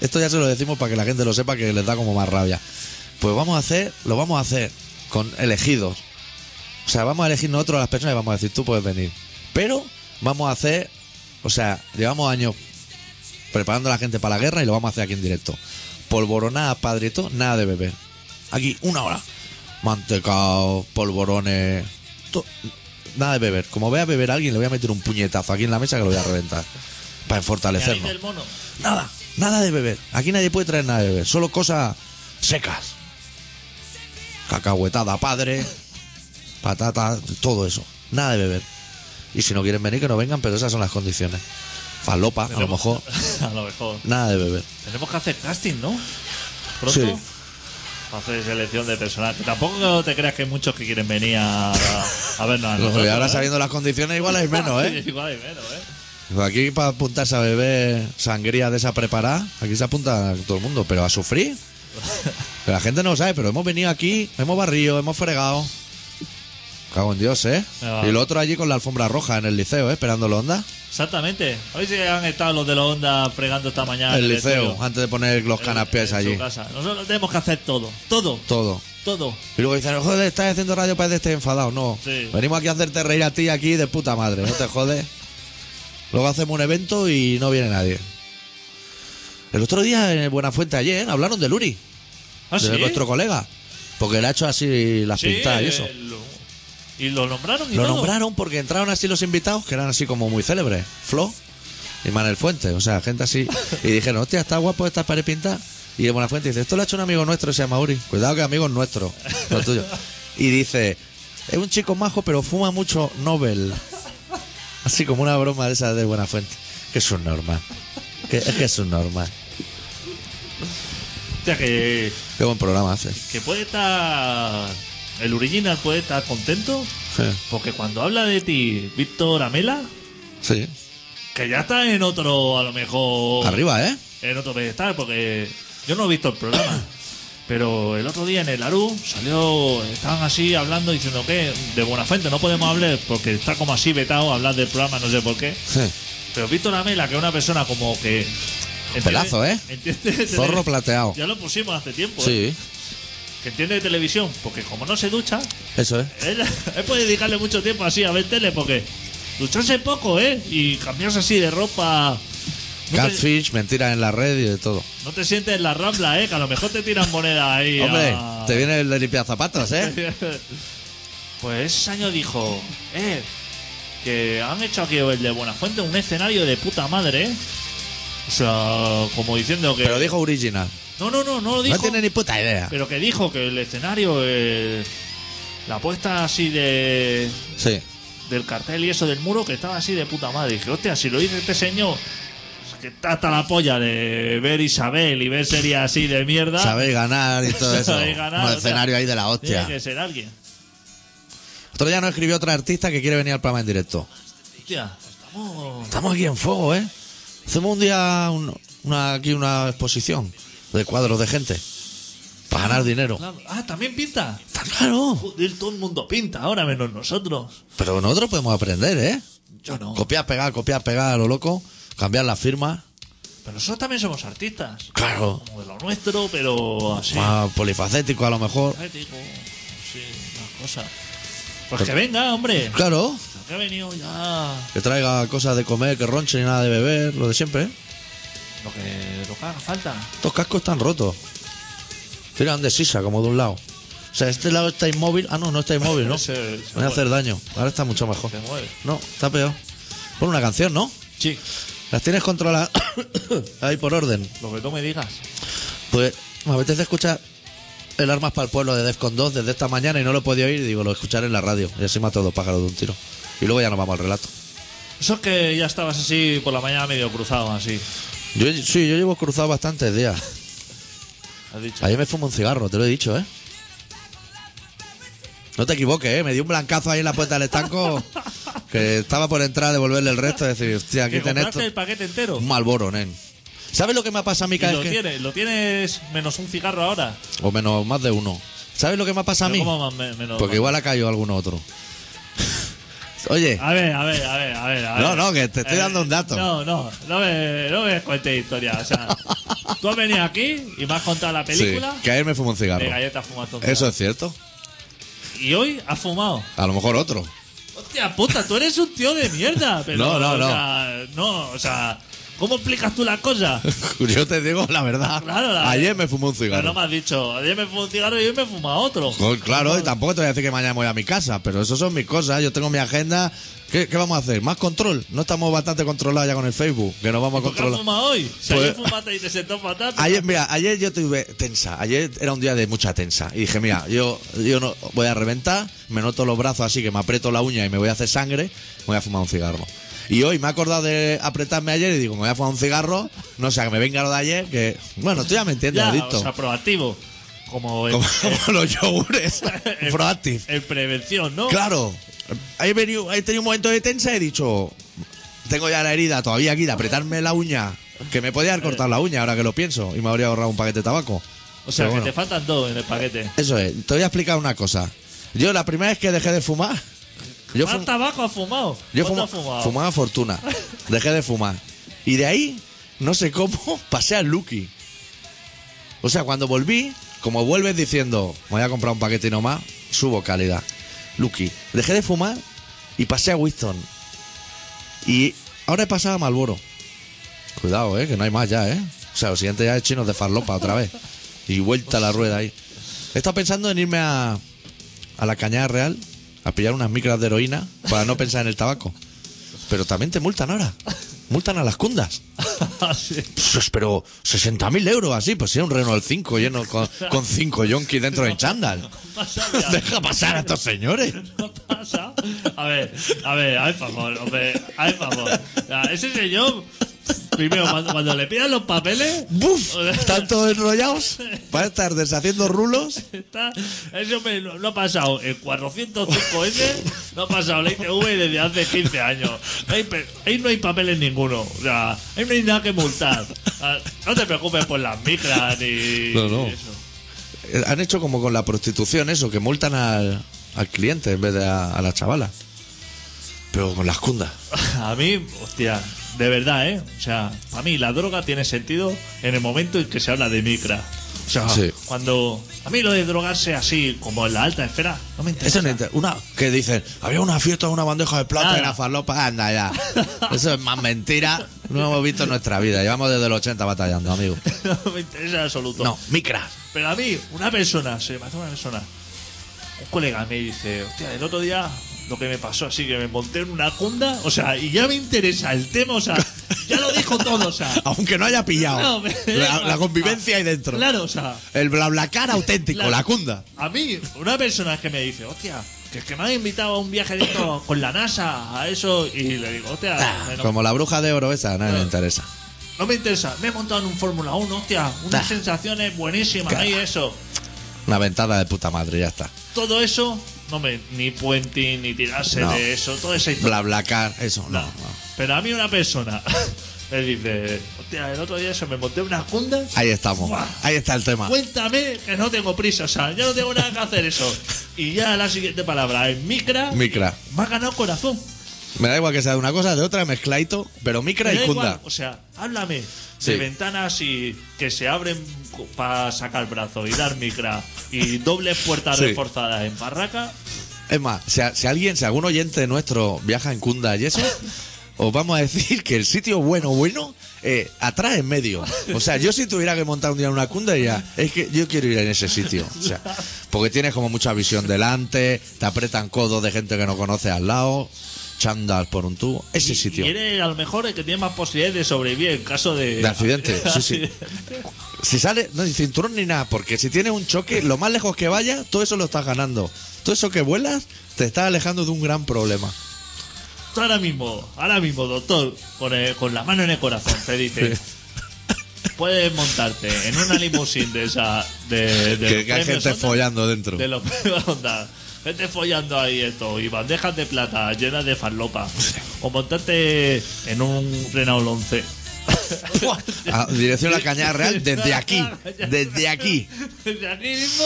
S1: Esto ya se lo decimos para que la gente lo sepa que les da como más rabia. Pues vamos a hacer, lo vamos a hacer con elegidos. O sea, vamos a elegir nosotros a las personas y vamos a decir, tú puedes venir. Pero vamos a hacer, o sea, llevamos años preparando a la gente para la guerra y lo vamos a hacer aquí en directo. Polvoronada, padrito, nada de beber. Aquí, una hora. Mantecao, polvorones, to- nada de beber. Como vea beber a alguien, le voy a meter un puñetazo aquí en la mesa que lo voy a reventar. Para
S2: Y ahí
S1: fortalecernos.
S2: del mono.
S1: Nada, nada de beber. Aquí nadie puede traer nada de beber, solo cosas secas. Cacahuetada, padre, patata, todo eso. Nada de beber. Y si no quieren venir, que no vengan, pero esas son las condiciones. Falopa, a lo mejor,
S2: [laughs] a lo mejor.
S1: nada de beber.
S2: Tenemos que hacer casting, ¿no? Pronto.
S1: Sí.
S2: Para hacer selección de personal. Que Tampoco te creas que hay muchos que quieren venir a, a vernos. a
S1: Y
S2: nosotros,
S1: Pues ahora
S2: ¿eh?
S1: sabiendo las condiciones, igual hay menos, ¿eh?
S2: [laughs] Igual hay menos, ¿eh?
S1: Aquí para apuntarse a beber sangría de esa preparada, aquí se apunta todo el mundo, pero a
S2: [laughs]
S1: sufrir. Que la gente no lo sabe, pero hemos venido aquí, hemos barrido, hemos fregado. Cago en Dios, ¿eh?
S2: Ah.
S1: Y el otro allí con la alfombra roja en el liceo, ¿eh? Esperando la onda.
S2: Exactamente. A ver si han estado los de la onda fregando esta mañana. Ah, en
S1: el
S2: estudio.
S1: liceo, antes de poner los
S2: En-
S1: canapés
S2: en su
S1: allí.
S2: casa. Nosotros tenemos que hacer todo. Todo.
S1: Todo.
S2: Todo.
S1: Y luego dicen, joder, estás haciendo radio para que estés enfadado. No.
S2: Sí.
S1: Venimos aquí a hacerte reír a ti aquí de puta madre, no te jodes. luego hacemos un evento y no viene nadie. El otro día en Buenafuente ayer hablaron de Luri.
S2: ¿Ah,
S1: de
S2: sí?
S1: nuestro colega. Porque le ha hecho así las
S2: Sí,
S1: pintadas y
S2: eh,
S1: eso.
S2: lo- y lo nombraron y
S1: Lo
S2: todo.
S1: nombraron porque entraron así los invitados, que eran así como muy célebres. Flo y Manuel Fuente, o sea, gente así. Y dijeron, hostia, está guapo estas pared pintadas. Y de Buenafuente dice, esto lo ha hecho un amigo nuestro, se llama Uri. Cuidado que amigo es nuestro, no tuyo. Y dice, es un chico majo, pero fuma mucho Nobel. Así como una broma de esa de Buenafuente. Que es un normal. Que, es que es un normal.
S2: O sea, que,
S1: Qué buen programa hace.
S2: que puede estar. El original puede estar contento.
S1: Sí.
S2: Porque cuando habla de ti, Víctor Amela,
S1: Sí.
S2: que ya está en otro, a lo mejor.
S1: Arriba, ¿eh?
S2: En otro pedestal, porque yo no he visto el
S1: [coughs]
S2: programa. Pero el otro día en el Aru salió, estaban así hablando diciendo que de buena fuente no podemos hablar porque está como así vetado hablar del programa, no sé por qué.
S1: Sí.
S2: Pero Víctor Amela, que es una persona como que. entiende-
S1: Pelazo, ¿eh?
S2: entiende- [laughs]
S1: Zorro plateado.
S2: Ya lo pusimos hace tiempo.
S1: Oh.
S2: ¿eh?
S1: Sí,
S2: Que entiende de televisión, porque como no se ducha,
S1: eso es.
S2: él, [laughs] él puede dedicarle mucho tiempo así a ver tele, porque ducharse poco, ¿eh? Y cambiarse así de ropa. No te,
S1: Catfish, mentiras en la red y de todo.
S2: no te sientes en la rambla, ¿eh? Que a lo mejor te tiran moneda ahí.
S1: Hombre,
S2: a-
S1: te viene el de limpiar zapatos,
S2: [laughs]
S1: ¿eh?
S2: Pues ese año dijo, eh, que han hecho aquí el de Buenafuente un escenario de puta madre, ¿eh? O sea, como diciendo que...
S1: Pero dijo original.
S2: No, no, no, no lo dijo.
S1: No tiene ni puta idea.
S2: Pero que dijo que el escenario, eh, la apuesta así de
S1: Sí.
S2: del cartel y eso del muro, que estaba así de puta madre. Dije, hostia, si lo dice este señor, que está hasta la polla de ver Isabel y ver series así de mierda.
S1: Sabéis ganar y
S2: [laughs]
S1: todo eso.
S2: Ah. Sabéis ganar,
S1: Un
S2: o sea,
S1: escenario ahí de la
S2: Tiene
S1: hostia.
S2: que ser alguien.
S1: Otro día nos escribió otra artista que quiere venir al programa en directo.
S2: Hostia, estamos.
S1: Estamos aquí en fuego, ¿eh? Hacemos un día un- una, aquí una exposición de cuadros de gente. Para ganar dinero.
S2: Claro. Ah, también pinta.
S1: Está claro.
S2: Joder, todo el mundo pinta ahora, menos nosotros.
S1: Pero nosotros podemos aprender, ¿eh?
S2: Yo no.
S1: Copiar, pegar, copiar, pegar a lo loco. Cambiar la firma.
S2: Pero nosotros también somos artistas.
S1: Claro.
S2: Como de lo nuestro, pero así.
S1: Más polifacético a lo mejor.
S2: Ético, sí, las cosas. Pues que venga, hombre.
S1: Claro.
S2: Que ha venido ya.
S1: Que traiga cosas de comer, que ronche y nada de beber. Lo de siempre, ¿eh?
S2: Lo que, lo que haga falta.
S1: Estos cascos están rotos. Tiran de sisa, como de un lado. O sea, este lado está inmóvil. Ah, no, no está inmóvil, ¿no?
S2: Se- se
S1: Van a
S2: mueve.
S1: hacer daño. Ahora está mucho mejor.
S2: Se mueve.
S1: No, está peor. Pon una canción, ¿no?
S2: Sí,
S1: Las tienes controladas [coughs] ahí por orden.
S2: lo que tú me digas.
S1: Pues me apetece escuchar el Armas para el Pueblo de Defcon 2 desde esta mañana y no lo he podido oír. Y digo, lo escucharé en la radio. Y así mato dos pájaros de un tiro. Y luego ya nos vamos al relato.
S2: Eso es que ya estabas así por la mañana medio cruzado, así.
S1: Yo, sí, yo llevo cruzado bastantes días.
S2: Has dicho.
S1: Ayer me fumo un cigarro, te lo he dicho, ¿eh? No te equivoques, ¿eh? Me dio un blancazo ahí en la puerta del estanco que estaba por entrar a devolverle el resto. y decir, hostia, aquí
S2: que
S1: tenés esto.
S2: compraste el paquete entero.
S1: Un malboro, nen. ¿Sabes lo que me pasa a mí
S2: Y
S1: cada
S2: lo
S1: vez que.?
S2: tienes, lo tienes menos un cigarro ahora.
S1: O menos, más de uno. ¿Sabes lo que me pasa a
S2: Pero
S1: mí?
S2: ¿cómo más me- menos?
S1: Porque igual ha caído alguno otro. [laughs] Oye,
S2: A ver, a ver, a ver, a ver. a ver.
S1: No, no, que te estoy
S2: Eh,
S1: dando un dato.
S2: No, no, no me, no me cuentes historia. O sea,
S1: [laughs]
S2: tú has venido aquí y me has contado la
S1: sí,
S2: película
S1: que ayer me fumo un cigarro.
S2: de galletas fumadas.
S1: Eso es cierto.
S2: Y hoy has fumado.
S1: A lo mejor otro. [laughs]
S2: Hostia puta, tú eres un tío de mierda. Pero,
S1: No, no,
S2: o
S1: no.
S2: Sea, no, o sea, ¿cómo explicas tú las cosas?
S1: Yo te digo la verdad.
S2: Claro, la-
S1: ayer me fumé un cigarro.
S2: Pero no me has dicho, ayer me fumé un cigarro y hoy me fuma otro.
S1: Pues claro, y tampoco te voy a decir que mañana voy a mi casa, pero eso son mis cosas, yo tengo mi agenda. ¿Qué, qué vamos a hacer? ¿Más control? No estamos bastante controlados ya con el Facebook, que nos vamos a
S2: ¿Por qué has
S1: controlar.
S2: fumado hoy? Si
S1: Pues-
S2: ayer fumaste y te sentó fatal. pues-
S1: Ayer, mira, ayer yo tuve tensa, ayer era un día de mucha tensa y dije, mira, yo, yo no voy a reventar, me noto los brazos así que me aprieto la uña y me voy a hacer sangre, me voy a fumar un cigarro. Y hoy me he acordado de apretarme ayer y digo, me voy a fumar un cigarro, no sea que me venga lo de ayer, que bueno, tú ya me entiendes,
S2: ya,
S1: adicto.
S2: o sea, proactivo. Como en,
S1: como, como los yogures,
S2: [laughs]
S1: [laughs]
S2: en-
S1: proactive.
S2: en prevención, ¿no?
S1: Claro. He, venido, he tenido un momento de tensa y he dicho, tengo ya la herida todavía aquí de apretarme la uña. Que me podía haber cortado la uña ahora que lo pienso y me habría ahorrado un paquete de tabaco.
S2: O sea,
S1: Pero
S2: que
S1: bueno,
S2: te faltan dos en el paquete.
S1: Eso es, te voy a explicar una cosa. Yo la primera vez que dejé de fumar... Yo,
S2: ¿Más
S1: fum-
S2: tabaco has fumado?
S1: yo
S2: ¿Cuánto
S1: fumo-
S2: has fumado?
S1: fumaba fortuna. Dejé de fumar. Y de ahí, no sé cómo, [laughs] pasé al Lucky. O sea, cuando volví, como vuelves diciendo, me voy a comprar un paquete y no más, subo calidad. Lucky. Dejé de fumar y pasé a Winston. Y ahora he pasado a Malboro. Cuidado, eh, que no hay más ya, eh. O sea, lo siguiente ya es chinos de farlopa otra vez. Y vuelta la rueda ahí. He estado pensando en irme a, a la Cañada Real a pillar unas micras de heroína para no pensar en el tabaco. Pero también te multan ahora. Multan a las cundas.
S2: [laughs] Ah, sí.
S1: Pues, pero 60.000 euros así, pues era un Renault 5 lleno con, con cinco yonkis dentro de chándal.
S2: Pasa
S1: [laughs]
S2: ya.
S1: Deja pasar a estos señores.
S2: No pasa. A ver, a ver, hay favor, hombre, hay favor. O sea, ese señor, primero, cuando, cuando le pidan los papeles,
S1: ¡Buf! Están todos enrollados. Van a estar deshaciendo rulos.
S2: está, ese hombre no, no ha pasado el 405S, no ha pasado la ITV desde hace 15 años. Ahí, pe- ahí no hay papeles ninguno, o sea, ahí no hay nada que multar. Ah, No te preocupes por las micras ni.
S1: No, no.
S2: ni eso.
S1: Eh, Han hecho como con la prostitución eso, que multan al, al cliente en vez de a, a la chavala. Pero con las cundas.
S2: [laughs] A mí, hostia, de verdad, ¿eh? O sea, a mí la droga tiene sentido en el momento en que se habla de micra. O sea,
S1: Sí.
S2: cuando. A mí lo de drogarse así, como en la alta esfera, no me interesa.
S1: Eso
S2: [laughs]
S1: no inter- una que dicen, había una fiesta, una bandeja de plata
S2: Nada.
S1: y la farlopa, anda ya. Eso es más mentira. No hemos visto en nuestra vida. Llevamos desde los 80 batallando, amigo.
S2: no me interesa en absoluto.
S1: No, micra.
S2: Pero a mí, una persona, se me hace una persona. Un colega me dice, hostia, el otro día lo que me pasó así, que me monté en una cunda, o sea, y ya me interesa el tema, o sea, ya lo dijo todo,
S1: [laughs]
S2: o sea.
S1: Aunque no haya pillado.
S2: No, me-
S1: la, la convivencia ahí dentro.
S2: Claro, o sea.
S1: El blablacar auténtico,
S2: Claro.
S1: la cunda.
S2: A mí, una persona que me dice, hostia, que es que me han invitado a un viaje de esto con la NASA, a eso, y le digo, hostia,
S1: Ah,
S2: bueno,
S1: como la bruja de oro esa, a nadie le interesa.
S2: No me interesa. Me he montado en un Fórmula 1, hostia. Unas
S1: Ah.
S2: sensaciones buenísimas.
S1: Claro.
S2: Ahí eso.
S1: Una ventana de puta madre, ya está.
S2: Todo eso, no me. Ni puenting, ni tirarse
S1: No.
S2: de eso. Toda esa historia.
S1: Bla bla car, eso, no.
S2: No. Pero a mí una persona [laughs] me dice, hostia, el otro día se me monté unas cundas.
S1: Ahí estamos.
S2: Buah. Pues-
S1: Ahí está el tema.
S2: Cuéntame que no tengo prisa, o sea, yo no tengo nada que hacer eso. Y ya la siguiente palabra es micra.
S1: Micra.
S2: me ha ganado corazón.
S1: Me da igual que sea de una cosa, de otra, mezcladito, pero micra
S2: Me
S1: y
S2: da
S1: cunda.
S2: igual, O sea, háblame
S1: Sí.
S2: de ventanas y que se abren para sacar brazo y dar micra y dobles puertas
S1: Sí.
S2: reforzadas en barraca.
S1: Es más, si, a- si alguien, si algún oyente nuestro viaja en cunda y eso, os vamos a decir que el sitio bueno, bueno, eh, atrás en medio. O sea, yo si tuviera que montar un día una cunda, ya, es que yo quiero ir en ese sitio. O sea, porque tienes como mucha visión delante, te apretan codos de gente que no conoces al lado, chandas por un tubo. Ese sitio.
S2: Y eres a lo mejor el que tiene más posibilidades de sobrevivir en caso de.
S1: De accidente, sí, sí.
S2: Accidente.
S1: Si sale, no hay cinturón ni nada, porque si tienes un choque, lo más lejos que vayas, todo eso lo estás ganando. Todo eso que vuelas, te estás alejando de un gran problema.
S2: Tú ahora mismo, ahora mismo, doctor, con, el- con la mano en el corazón, te dice. Puedes montarte en una limusina de esa. De, de
S1: que
S2: los
S1: que hay
S2: premios
S1: gente
S2: Onda,
S1: follando dentro.
S2: De los [laughs] premios Onda. Vete follando ahí esto y bandejas de plata llenas de farlopa. O montarte en un Renault 11.
S1: Ah, dirección a la Cañada Real desde aquí. Desde aquí.
S2: Desde aquí mismo.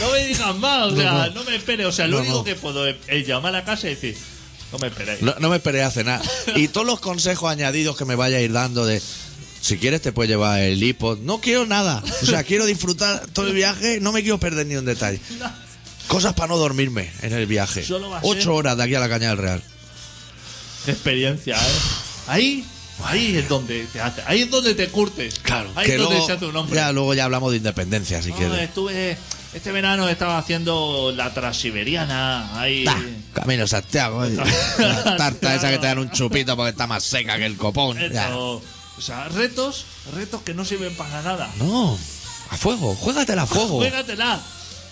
S2: No me digas más, o sea, no, me esperes. O sea, lo
S1: No,
S2: único
S1: no.
S2: que puedo es, es llamar a la casa y decir, no me esperéis.
S1: No, no me esperé a cenar. Y todos los consejos añadidos que me vaya a ir dando de... Si quieres te puedes llevar el iPod. No quiero nada. O sea, quiero disfrutar todo el viaje. No me quiero perder ni un detalle. Cosas para no dormirme en el viaje.
S2: Solo va a ser-
S1: Ocho horas de aquí a la Cañada del Real.
S2: Qué experiencia, ¿eh? Ahí, ahí es donde te hace, ahí es donde te curtes. ahí
S1: que
S2: es donde
S1: luego,
S2: se hace un hombre.
S1: Ya, luego ya hablamos de independencia, si
S2: No,
S1: quieres.
S2: estuve, este verano estaba haciendo la transiberiana, ahí.
S1: Ta, Camino Santiago.
S2: [laughs]
S1: eh. La tarta esa que te dan un chupito porque está más seca que el copón. Ya.
S2: Esto, o sea, retos, retos que no sirven para nada.
S1: No, a fuego, juégatela a fuego.
S2: Juégatela,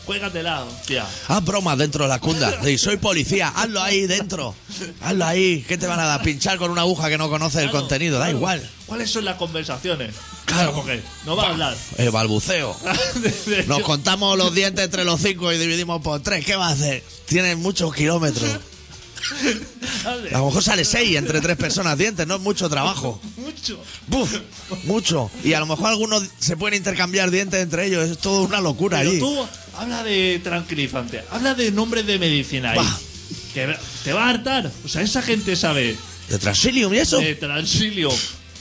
S2: juégatela, hostia.
S1: Haz bromas Ah, dentro de la
S2: [laughs]
S1: cunda. Sí, soy policía, hazlo ahí dentro. Hazlo ahí. ¿Qué te van a dar? Pinchar con una aguja que no conoce el
S2: Claro,
S1: contenido, da
S2: claro.
S1: igual.
S2: ¿Cuáles son las conversaciones?
S1: Claro.
S2: porque no va a hablar. [laughs]
S1: El Eh, balbuceo.
S2: De- de-
S1: Nos
S2: [laughs]
S1: contamos los dientes entre los cinco y dividimos por tres. ¿Qué va a hacer? Tienen muchos kilómetros. A lo mejor sale seis entre tres personas dientes, no es mucho trabajo.
S2: Mucho.
S1: Buf, mucho. Y a lo mejor algunos se pueden intercambiar dientes entre ellos. Es todo una locura
S2: Pero
S1: allí.
S2: tú habla de tranquilizante, habla de nombres de medicina ahí.
S1: Bah.
S2: Que te va a hartar. O sea, esa gente sabe
S1: ¿De Transilium y eso?
S2: de transilio,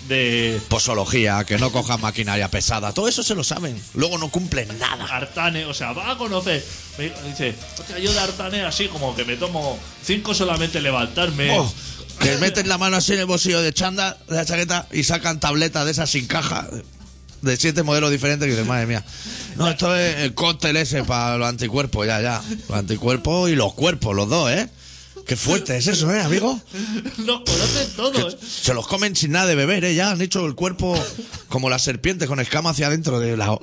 S2: de
S1: Posología, que no cojan maquinaria pesada. Todo eso se lo saben. Luego no cumplen nada.
S2: hartane. O sea, va a conocer. Me dice, hostia, yo de hartane así como que me tomo cinco solamente levantarme. [laughs]
S1: Oh, que meten la mano así en el bolsillo de chanda, de la chaqueta, y sacan tabletas de esas sin caja. De siete modelos diferentes que dicen, madre mía. No, esto es el cóctel ese para los anticuerpos, ya, ya. Los anticuerpos y los cuerpos, los dos, ¿eh? Qué fuerte es eso, ¿eh, amigo?
S2: Los conocen todos. ¿eh?
S1: Que se los comen sin nada de beber, ¿eh? Ya han hecho el cuerpo como las serpientes con escama hacia adentro de la...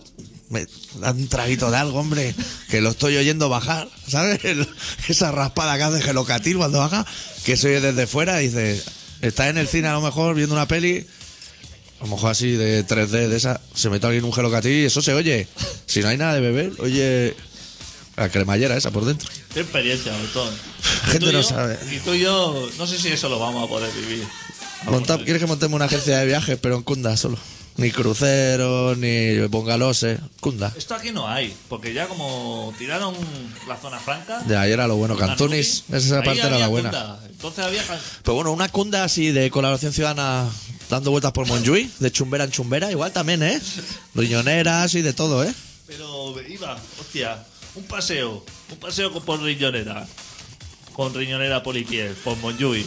S1: Me da un traguito de algo, hombre, que lo estoy oyendo bajar, ¿sabes? El- esa raspada que hace Gelocatil cuando baja, que se oye desde fuera y dice, está en el cine a lo mejor viendo una peli, a lo mejor así de 3D, de esa, se mete alguien un Gelocatil y eso se oye. Si no hay nada de beber, oye la cremallera esa por dentro.
S2: Qué experiencia, doctor.
S1: Gente
S2: Tú y
S1: no
S2: yo-
S1: sabe.
S2: Y tú y yo, no sé si eso lo vamos a poder vivir. eh.
S1: Monta- ¿Quieres que montemos una agencia de viajes, pero en Cunda solo? Ni cruceros, ni bongaloses, Cunda.
S2: Esto aquí no hay, porque ya como tiraron la zona franca.
S1: De ayer era lo bueno,
S2: la
S1: Cantunis,
S2: Nubi,
S1: esa
S2: ahí
S1: parte era la
S2: había
S1: buena.
S2: cunda. Entonces había. can-
S1: Pero Pues bueno, una Cunda así de colaboración ciudadana dando vueltas por Monjuy, de chumbera en chumbera, igual también, ¿eh? Riñoneras y de todo, ¿eh?
S2: Pero iba, hostia, un paseo, un paseo con, por riñonera, con riñonera Poliquier, por Monjuy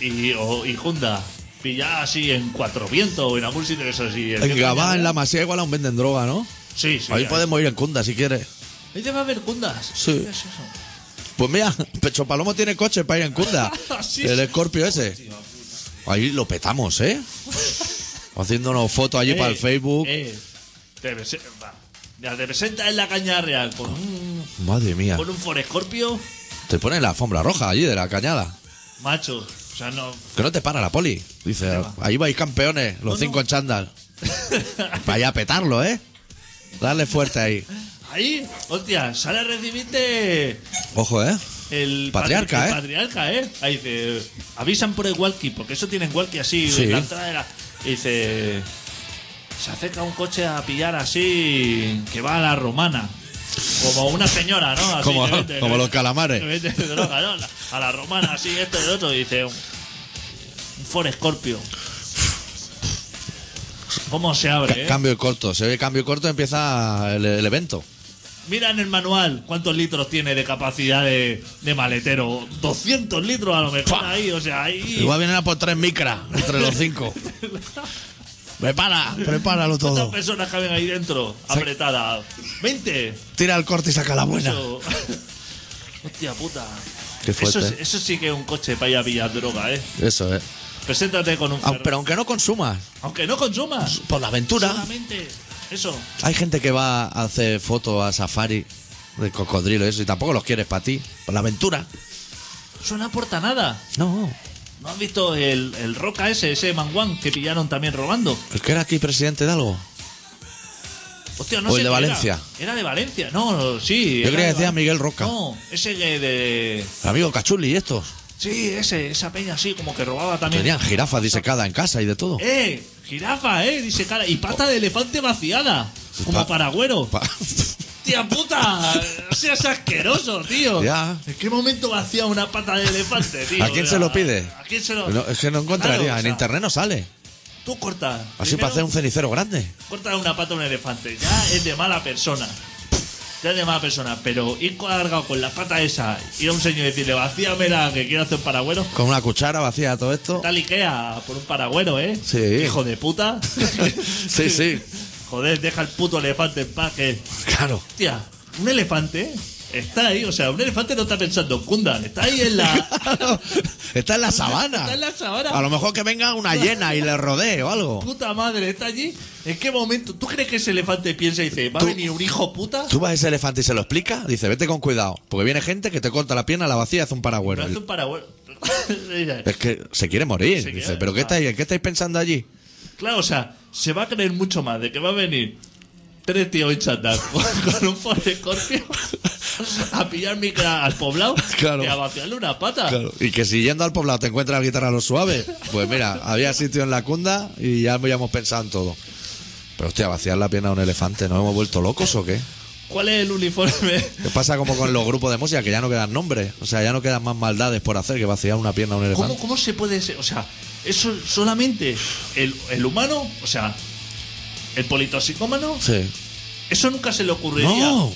S2: y, o, y Honda, pillada así en Cuatro Vientos o en algún sitio de esos así.
S1: En Gabá, en la Masía, igual aún venden droga, ¿no?
S2: Sí, sí.
S1: Ahí podemos ir en Cunda si quieres.
S2: Ahí te va a haber Kundas.
S1: Sí.
S2: ¿Qué es eso?
S1: Pues mira, [laughs] Pecho Palomo tiene coche para ir en Cunda.
S2: [laughs] Sí.
S1: El Scorpio ese.
S2: Tío,
S1: Ahí lo petamos,
S2: [laughs]
S1: ¿eh? Haciéndonos fotos allí
S2: Eh,
S1: para el Facebook.
S2: eh, te, prese- va. Ya, te presentas en la caña real con un,
S1: Madre mía.
S2: con un Forescorpio,
S1: Te ponen la alfombra roja allí de la cañada.
S2: macho. sea, no.
S1: Que no te para la poli. Dice, ahí vais campeones, los
S2: No,
S1: cinco
S2: no.
S1: en
S2: [laughs]
S1: chándal. Para ya petarlo, ¿eh? Dale fuerte ahí.
S2: Ahí, hostia, sale a recibirte
S1: Ojo, ¿eh?
S2: el
S1: Patriarca,
S2: patri-
S1: ¿eh?
S2: el patriarca, ¿eh? Ahí dice, avisan por el walkie, porque eso tienen walkie así,
S1: Sí.
S2: en la entrada era. Y dice, se acerca un coche a pillar así, que va a la romana. Como una señora, ¿no? Así
S1: Como-
S2: que vende-
S1: como los calamares.
S2: que vende droga, ¿no? A la romana, así, esto y lo otro. Y dice, un, un Ford Scorpio. ¿Cómo se abre?
S1: Ca-
S2: eh?
S1: Cambio y corto. Se ve cambio y corto, empieza el, el evento.
S2: Mira en el manual cuántos litros tiene de capacidad de, de maletero. 200 litros a lo mejor ahí, o sea, ahí.
S1: Igual vienen a por tres micras entre los
S2: [laughs]
S1: cinco. Prepara,
S3: Prepáralo
S2: ¿Cuántas
S3: todo.
S2: personas caben ahí dentro? Apretadas. ¿20?
S3: Tira el corte y saca la buena.
S2: Eso- [laughs] Hostia puta.
S1: Qué fuerte. eh.
S2: Eso, es- eso sí que es un coche para ir a pillar droga, ¿eh?
S1: Eso, ¿eh?
S2: Preséntate con un
S1: Au-
S2: Ferrari.
S1: Ah, Pero aunque no consumas,
S2: Aunque no consumas.
S1: por la aventura.
S2: Solamente eso.
S1: Hay gente que va a hacer fotos a safari de cocodrilo y eso, y tampoco los quieres para ti, por la aventura.
S2: Eso no aporta nada.
S1: No.
S2: ¿No has visto el, el Roca ese, ese Manguán que pillaron también robando?
S1: El que era aquí presidente de algo.
S2: Hostia, no
S1: ¿O
S2: sé
S1: el de
S2: qué era.
S1: Valencia?
S2: Era de Valencia, no, sí.
S1: Yo creía
S2: era
S1: que
S2: de
S1: decía
S2: Val-
S1: Miguel Roca.
S2: No, ese que de.
S1: El amigo Cachuli y estos.
S2: Sí, ese, esa peña así, como que robaba también.
S1: Tenían jirafas disecadas en casa y de todo.
S2: ¡Eh! Jirafa, eh, dice cara. Y pata de elefante vaciada. Como
S1: Pa-
S2: paragüero. [laughs]
S1: Pa-
S2: ¡Tía puta! No seas asqueroso, tío.
S1: Ya.
S2: ¿En qué momento vacía una pata de elefante, tío?
S1: ¿A quién
S2: O
S1: se
S2: sea,
S1: lo pide?
S2: ¿A quién se lo.?
S1: No, es que no encontraría,
S2: Claro, o
S1: en
S2: sea,
S1: internet no sale.
S2: Tú cortas.
S1: Así para hacer un cenicero grande.
S2: Corta una pata a un elefante. Ya es de mala persona. Ya es de mala persona. Pero ir cargado con la pata esa, ir a un señor y decirle, vacíamela que quiero hacer un paragüero.
S1: Con una cuchara vacía todo
S2: [laughs]
S1: esto.
S2: Tal Ikea por un paragüero, ¿eh?
S1: Sí.
S2: Hijo de puta.
S1: [laughs] Sí, sí.
S2: Joder, deja el puto elefante en paz. Que,
S1: Claro.
S2: hostia, un elefante está ahí. O sea, un elefante no está pensando en Kundan. Está ahí
S1: [laughs]
S2: en la.
S1: Está en la sabana.
S2: Está en la sabana.
S1: A lo mejor que venga una hiena y le rodee o algo.
S2: Puta madre, está allí. ¿En qué momento? ¿Tú crees que ese elefante piensa y dice, va a
S1: Tú-
S2: venir un hijo puta?
S1: Tú vas a ese elefante y se lo explica. Dice, vete con cuidado. Porque viene gente que te corta la pierna, la vacía y hace un
S2: Me
S1: paragüero.
S2: hace un paragüero. [laughs]
S1: Es que se quiere morir.
S2: Se
S1: Dice,
S2: quiere-
S1: ¿pero qué
S2: ah.
S1: estáis, qué estáis pensando allí?
S2: Claro, o sea, se va a creer mucho más de que va a venir tres tíos en chandal [laughs] con, con un Ford Scorpio a pillar micra al poblado
S1: Claro.
S2: y a vaciarle una pata.
S1: Y que si yendo al poblado te encuentras la guitarra a los suaves, pues mira, había sitio en la cunda y ya habíamos pensado en todo. Pero hostia, vaciar la pierna a un elefante, ¿nos hemos vuelto locos o qué?
S2: ¿Cuál es el uniforme?
S1: ¿Qué pasa como con los grupos de música que ya no quedan nombres? O sea, ya no quedan más maldades por hacer que vaciar una pierna a un elefante.
S2: ¿Cómo, cómo se puede ser? O sea, eso solamente el, el humano, o sea, el politoxicómano,
S1: Sí.
S2: eso nunca se le ocurriría.
S1: No.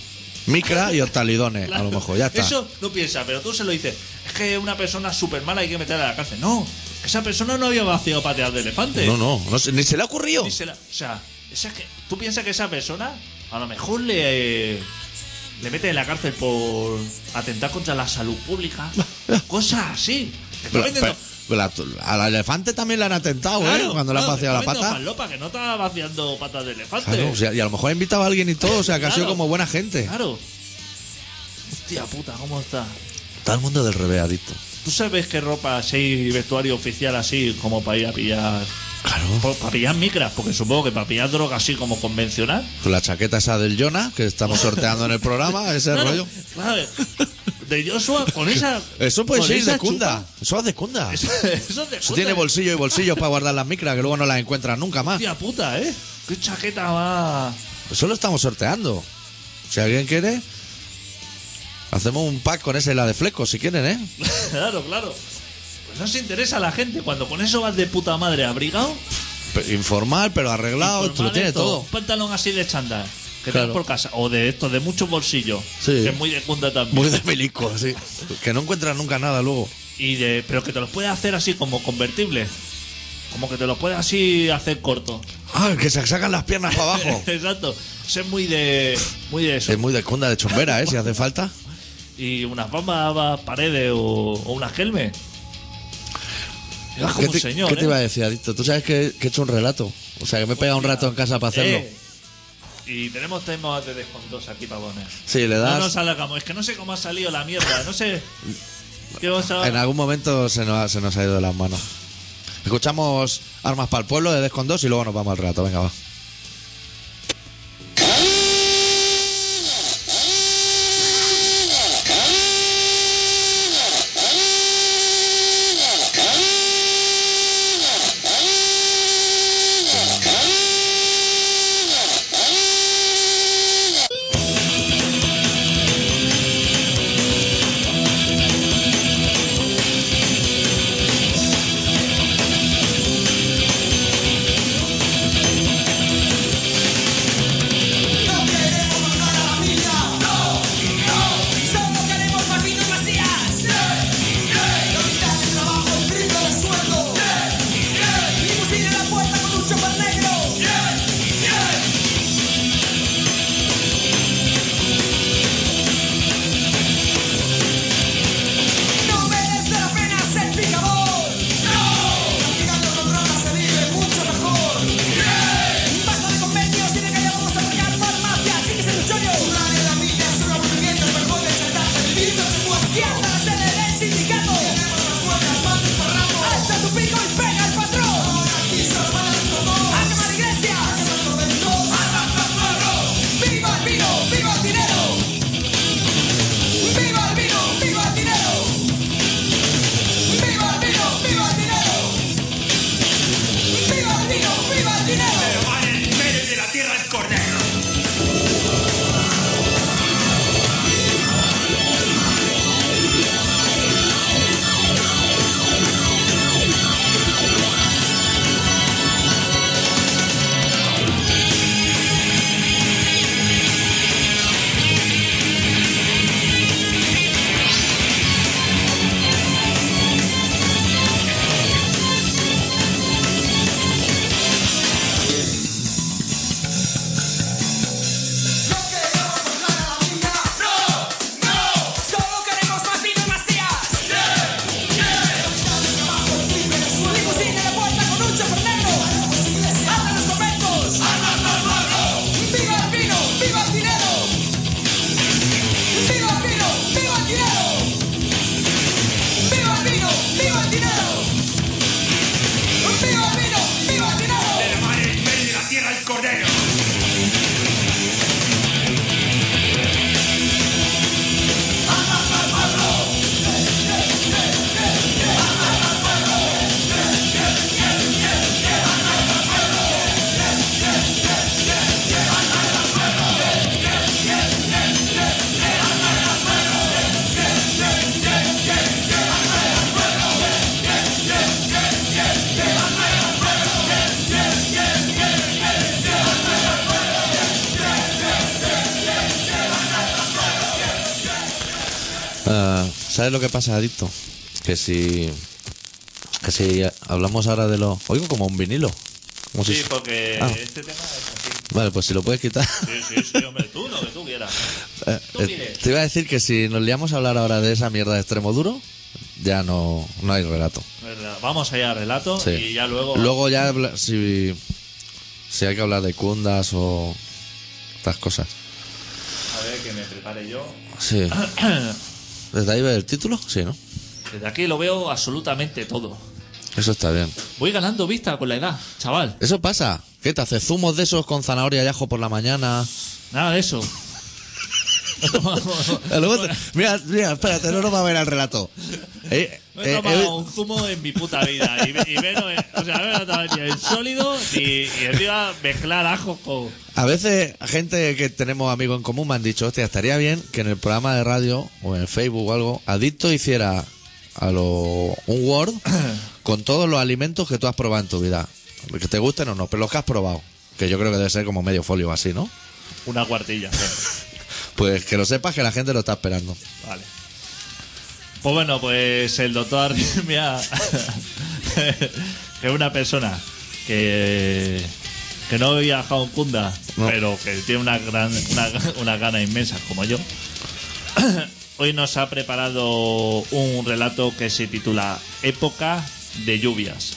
S1: Micra y hortalidones, a
S2: Pues Claro.
S1: lo mejor, ya está.
S2: Eso no piensa, pero tú se lo dices. Es que una persona súper mala hay que meterla a la cárcel. No, esa persona no había vaciado patear de elefante.
S1: No, no, no se- ni se le ha ocurrido.
S2: Y se la- o sea, esa que, tú piensas que esa persona a lo mejor le, le mete en la cárcel por atentar contra la salud
S1: [laughs]
S2: pública. cosas así. Te está
S1: Pero-
S2: vendiendo-
S1: pero la- al elefante también le han atentado, ¿eh?
S2: Claro,
S1: Cuando le han
S2: claro, te
S1: vaciado la
S2: está vendiendo
S1: pata.
S2: falopa, que no está vaciando patas de elefante.
S1: Claro, o sea, y a lo mejor ha invitado a alguien y todo, o sea, que ha sido
S2: Claro. Ah.
S1: como buena gente.
S2: Claro. Hostia puta, ¿cómo está?
S1: Está el mundo del revés, adicto.
S2: ¿Tú sabes qué ropa, así, vestuario oficial así, como para ir a pillar...
S1: Claro.
S2: por- Para pillar micras, porque supongo que para pillar droga así como convencional...
S1: Con la chaqueta esa del Jonah, que estamos sorteando en el programa, ese
S2: Claro,
S1: rollo.
S2: claro. De Joshua con esa...
S1: Eso puede
S2: con
S1: ser
S2: esa
S1: de cunda. Eso es de cunda.
S2: chupa.
S1: Eso,
S2: Eso, eso es de cunda.
S1: tiene bolsillo y bolsillos para guardar las micras, que luego no las encuentras nunca más.
S2: Hostia puta, ¿eh? Qué chaqueta va... [laughs]
S1: Eso lo estamos sorteando. Si alguien quiere, hacemos un pack con esa y la de flecos, si quieren, ¿eh?
S2: claro, claro. Pues no se interesa a la gente cuando con eso vas de puta madre abrigado.
S1: Pe- Informal, pero arreglado,
S2: Informal
S1: te lo tiene
S2: esto,
S1: todo.
S2: Un pantalón así de chándal que
S1: Claro.
S2: tengas por casa. O de estos, de muchos bolsillos.
S1: Sí.
S2: Que es muy de cunda también.
S1: Muy de milico, sí. Que no encuentras nunca nada luego.
S2: Y de, pero que te los puedes hacer así como convertibles. Como que te los puedes así hacer corto.
S1: Ah, que se sacan las piernas para abajo.
S2: [laughs] Exacto. Eso es muy de, muy de eso.
S1: Es muy de cunda de chumbera, ¿eh? Si hace falta.
S2: Y unas bambas, paredes o, o unas gelmes. Eras como
S1: ¿Qué te,
S2: un señor.
S1: qué te
S2: ¿eh?
S1: iba a decir, Adicto? Tú sabes que, que he hecho un relato. O sea, que me he pegado un rato en casa para hacerlo.
S2: Eh, Y tenemos temas de descontos aquí para poner.
S1: Sí, le
S2: No
S1: das.
S2: nos alargamos. Es que no sé cómo ha salido la mierda. No sé. ¿Qué vamos a-
S1: En algún momento se nos, ha- se nos ha ido de las manos. Escuchamos Armas para el Pueblo de Descon 2 y luego nos vamos al rato. Venga, va.
S3: No queremos matar a la familia. No, no. Solo queremos papitas vacías. Sí, sí. Evitar el trabajo, el triple de sueldo. Sí, sí. Y fusil en la puerta con un chofer negro. Sí, sí. No merece la pena ser picador. No. Practicando con drogas se vive mucho mejor. Basta de convenios y de que vamos a sacar farmacias. Sí que se nos chollo. Curar en la vida es un aburrimiento. El mejor es saltarse el libro de Izquierda la sede del sindicato. Tenemos las cuerdas más desparramos. Alza tu pico y pega al patrón. Ahora aquí solo van a todos. A quemar iglesias. A quemar conventos. Armas para pueblos. ¡Viva el vino! ¡Viva el dinero! ¡Viva el vino! ¡Viva el dinero! ¡Viva el vino! ¡Viva el dinero! ¡Viva el vino! ¡Viva el dinero!
S4: Van el Pérez de la Tierra el Cordero.
S3: No queremos matar a la mina. No, no. Solo queremos más vino y más días. Su limusina de vuelta con un chofer negro. Abran los conventos. Viva el vino, viva el dinero. Viva el vino, viva el dinero. Viva el vino, viva el dinero. Viva el vino, viva el dinero.
S4: Van el Pérez de la Tierra el Cordero.
S1: Ah, ¿Sabes lo que pasa, Adicto? Que si. Que si hablamos ahora de lo. Oigo como un vinilo. Como si-
S2: Sí, porque
S1: Ah.
S2: este tema es así.
S1: Vale, pues si lo puedes quitar.
S2: Sí, sí, sí, hombre, tú lo que tú quieras.
S1: Eh,
S2: [laughs] Tú
S1: eh,
S2: diré.
S1: te iba a decir que si nos liamos a hablar ahora de esa mierda de extremo duro, ya no, no hay relato.
S2: Verdad. Vamos allá al relato
S1: Sí.
S2: y ya luego.
S1: Luego ya habla- si, si hay que hablar de cundas o estas cosas.
S2: A ver que me prepare yo. [clears throat]
S1: Sí. ¿Desde ahí ve el título? Sí, ¿no?
S2: Desde aquí lo veo absolutamente todo.
S1: Eso está bien.
S2: Voy ganando vista con la edad, chaval.
S1: Eso pasa. ¿Qué te hace? ¿Zumos de esos con zanahoria y ajo por la
S2: [laughs]
S1: mañana?
S2: Nada
S1: [laughs]
S2: de eso.
S1: Eh, luego te- mira, mira, espérate, no nos va a ver el relato. Eh,
S2: No he
S1: eh,
S2: tomado
S1: eh,
S2: un zumo en mi puta vida. Y, y menos, o sea, no he tomado ni el sólido ni, y encima mezclar ajos con.
S1: A veces, gente que tenemos amigos en común me han dicho, hostia, estaría bien que en el programa de radio o en el Facebook o algo, Adicto hiciera a lo, un Word con todos los alimentos que tú has probado en tu vida. Que te gusten o no, pero los que has probado. Que yo creo que debe ser como medio folio o así, ¿no?
S2: Una cuartilla.
S1: Pues que lo sepas que la gente lo está esperando.
S2: Vale. Pues bueno, pues el doctor [laughs] Arritmia, que es una persona que, que no había viajado en Kunda,
S1: No.
S2: pero que tiene una gran una, una gana inmensa como yo, [coughs] hoy nos ha preparado un relato que se titula Época de lluvias.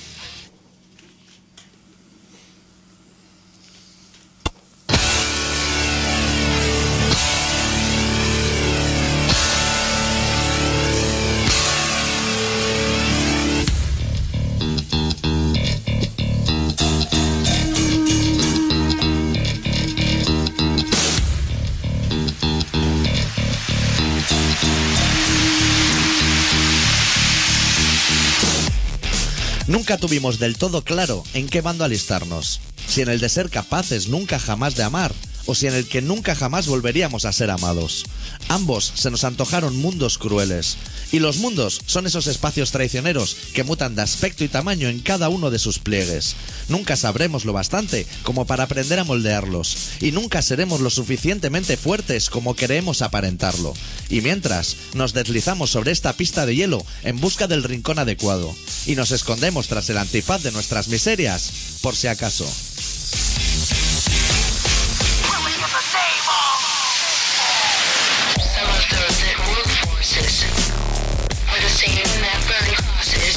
S1: Nunca tuvimos del todo claro en qué bando alistarnos. Si en el de ser capaces nunca jamás de amar, o si en el que nunca jamás volveríamos a ser amados. Ambos se nos antojaron mundos crueles. Y los mundos son esos espacios traicioneros que mutan de aspecto y tamaño en cada uno de sus pliegues. Nunca sabremos lo bastante como para aprender a moldearlos. Y nunca seremos lo suficientemente fuertes como queremos aparentarlo. Y mientras, nos deslizamos sobre esta pista de hielo en busca del rincón adecuado. Y nos escondemos tras el antifaz de nuestras miserias, por si acaso.
S5: Will we ever save all? Some of those that move forces are the same that burn crosses.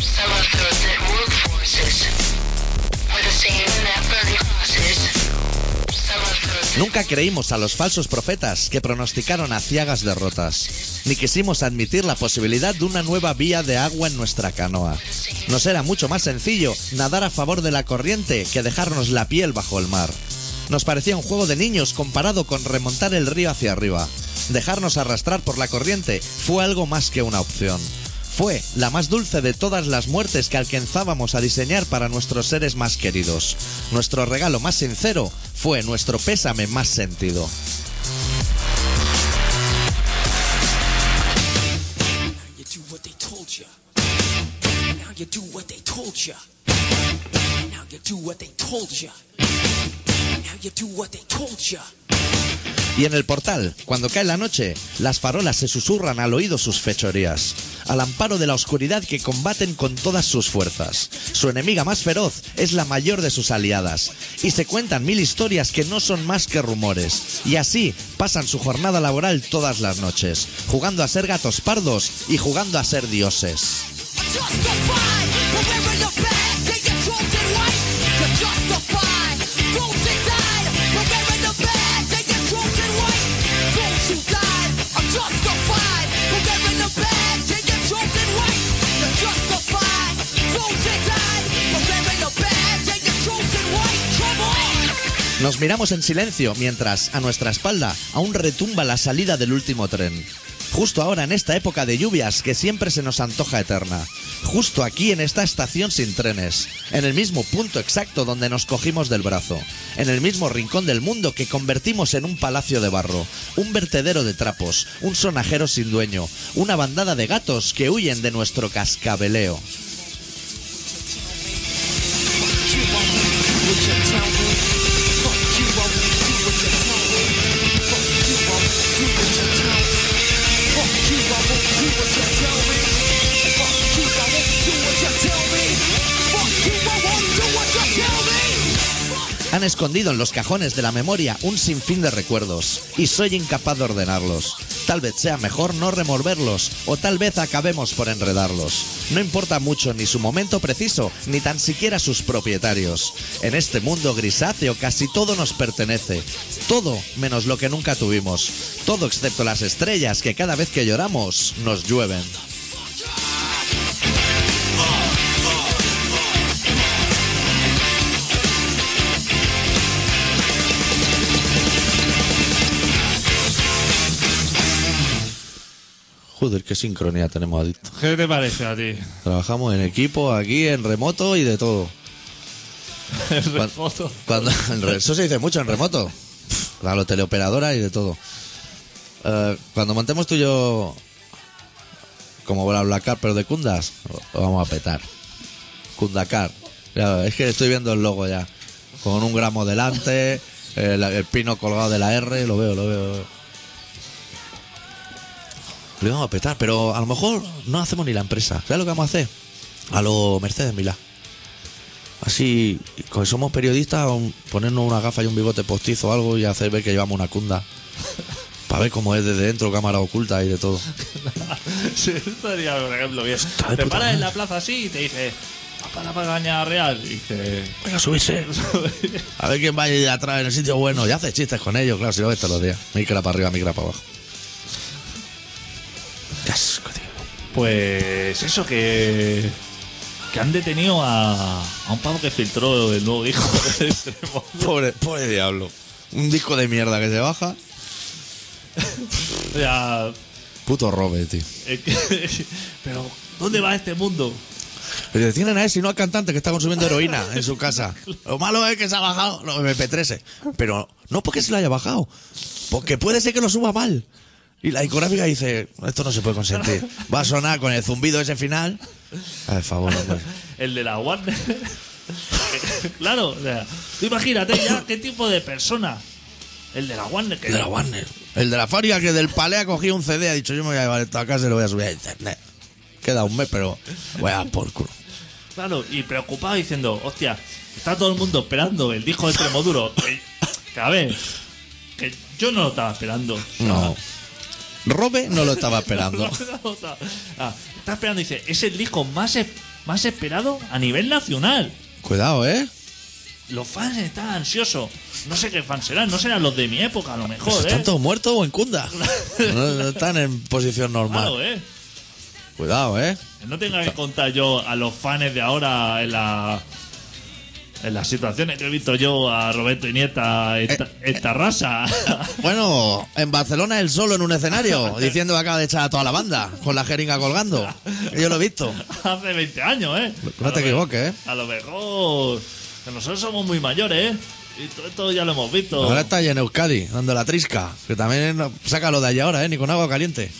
S5: Some of those that move forces are the same that burn crosses. Some of those that
S1: Nunca creímos a los falsos profetas que pronosticaron aciagas derrotas, ni quisimos admitir la posibilidad de una nueva vía de agua en nuestra canoa. Nos era mucho más sencillo nadar a favor de la corriente que dejarnos la piel bajo el mar. Nos parecía un juego de niños comparado con remontar el río hacia arriba. Dejarnos arrastrar por la corriente fue algo más que una opción. Fue la más dulce de todas las muertes que alcanzábamos a diseñar para nuestros seres más queridos. Nuestro regalo más sincero fue nuestro pésame más sentido.
S6: Now you do what they told you. Now you do what they told you. Now you do what they told you. Now you do what they told you.
S1: Y en el portal, cuando cae la noche, las farolas se susurran al oído sus fechorías, al amparo de la oscuridad que combaten con todas sus fuerzas. Su enemiga más feroz es la mayor de sus aliadas, y se cuentan mil historias que no son más que rumores, y así pasan su jornada laboral todas las noches, jugando a ser gatos pardos y jugando a ser dioses.
S3: Justified, we're wearing the badge, they get drunk and white. You're justified, don't you die? We're wearing the badge, they get drunk and white. Don't you die? I'm justified, we're wearing the badge, they get drunk and white. You're justified, don't you die? We're wearing the badge, they get drunk and white. Come on.
S1: Nos miramos en silencio mientras, a nuestra espalda, aún retumba la salida del último tren. Justo ahora en esta época de lluvias que siempre se nos antoja eterna. Justo aquí en esta estación sin trenes. En el mismo punto exacto donde nos cogimos del brazo. En el mismo rincón del mundo que convertimos en un palacio de barro. Un vertedero de trapos. Un sonajero sin dueño. Una bandada de gatos que huyen de nuestro cascabeleo. Han escondido en los cajones de la memoria un sinfín de recuerdos y soy incapaz de ordenarlos. Tal vez sea mejor no removerlos o tal vez acabemos por enredarlos. No importa mucho ni su momento preciso ni tan siquiera sus propietarios. En este mundo grisáceo casi todo nos pertenece. Todo menos lo que nunca tuvimos. Todo excepto las estrellas que cada vez que lloramos nos llueven. Joder, qué sincronía tenemos, Adicto.
S2: ¿Qué te parece a ti?
S1: Trabajamos en equipo, aquí, en remoto y de todo.
S2: [laughs] El
S1: Cuan-
S2: remoto.
S1: Cuando, [laughs] en re- eso se dice mucho en remoto. A la teleoperadora y de todo. Eh, cuando montemos tú y yo como BlaBlaCar, pero de Kundas, lo vamos a petar. Kundacar. Ya, es que estoy viendo el logo ya. Con un gramo delante, el, el pino colgado de la R, lo veo, lo veo. lo veo. Lo vamos a petar, pero a lo mejor no hacemos ni la empresa. ¿Sabes lo que vamos a hacer? A lo Mercedes Milá. Así, como somos periodistas, un- ponernos una gafa y un bigote postizo o algo y hacer ver que llevamos una [laughs] cunda. Para ver cómo es desde dentro, cámara oculta y de todo.
S2: [laughs] Sí, estaría, por ejemplo, bien.
S1: de
S2: Te
S1: puta
S2: paras en la plaza así y te dice, "Va para Pagaña Real. Y dice, [laughs]
S1: Venga, subirse. A ver quién va ahí de atrás en el sitio bueno. Y hace chistes con ellos, claro, si lo ves todos los días. Micra para arriba, micra para abajo. Qué asco, tío.
S2: pues eso que. Que han detenido a, a un pavo que filtró el nuevo hijo [laughs] de este Extremadura.
S1: Pobre, pobre diablo. Un disco de mierda que se baja.
S2: O sea,
S1: Puto robe, tío.
S2: [laughs] eh, que- Pero, ¿dónde va este mundo?
S1: Y dice, Tienen a ese y no al cantante que está consumiendo heroína en su casa. Lo malo es que se ha bajado los MP3. Pero no porque se lo haya bajado, porque puede ser que lo suba mal. Y la discográfica dice, esto no se puede consentir. Va a sonar con el zumbido ese final. Al favor, hombre.
S2: El de la Warner. [laughs] claro, o sea, tú imagínate ya qué tipo de persona. El de la Warner. Que
S1: El de la Warner. El de la fábrica que del palé ha cogido un CD ha dicho, yo me voy a llevar esto a casa y lo voy a subir a internet. Queda un mes, pero voy a dar por culo.
S2: Claro, y preocupado diciendo, hostia, está todo el mundo esperando el disco de
S1: [laughs]
S2: Tremoduro. Que- que a ver, que yo no lo estaba esperando.
S1: No. Robe no lo estaba esperando.
S2: [laughs] Ah, está esperando, dice, es el disco más, es- más esperado a nivel nacional.
S1: Cuidado, ¿eh?
S2: Los fans están ansiosos. No sé qué fans serán, no serán los de mi época, a lo
S1: Pues
S2: mejor, ¿eh?
S1: ¿Están todos muertos o en [laughs] cunda? No, no están en posición normal.
S2: Claro, ¿eh?
S1: Cuidado, ¿eh?
S2: Que No tenga que contar yo a los fans de ahora en la... En las situaciones que he visto yo a Roberto Iniesta en, ta- en Tarrasa. [laughs]
S1: Bueno, en Barcelona él solo en un [laughs] escenario, diciendo que acaba de echar a toda la banda, con la jeringa colgando. Yo lo he visto.
S2: Hace 20 años, ¿eh?
S1: No te
S2: A lo
S1: equivoques, ¿eh?
S2: me- A lo mejor. que nosotros somos muy mayores, ¿eh? Y todo esto ya lo hemos visto.
S1: Ahora está allá en Euskadi, dando la trisca. Que también no- sácalo de allá ahora, ¿eh? Ni con agua caliente.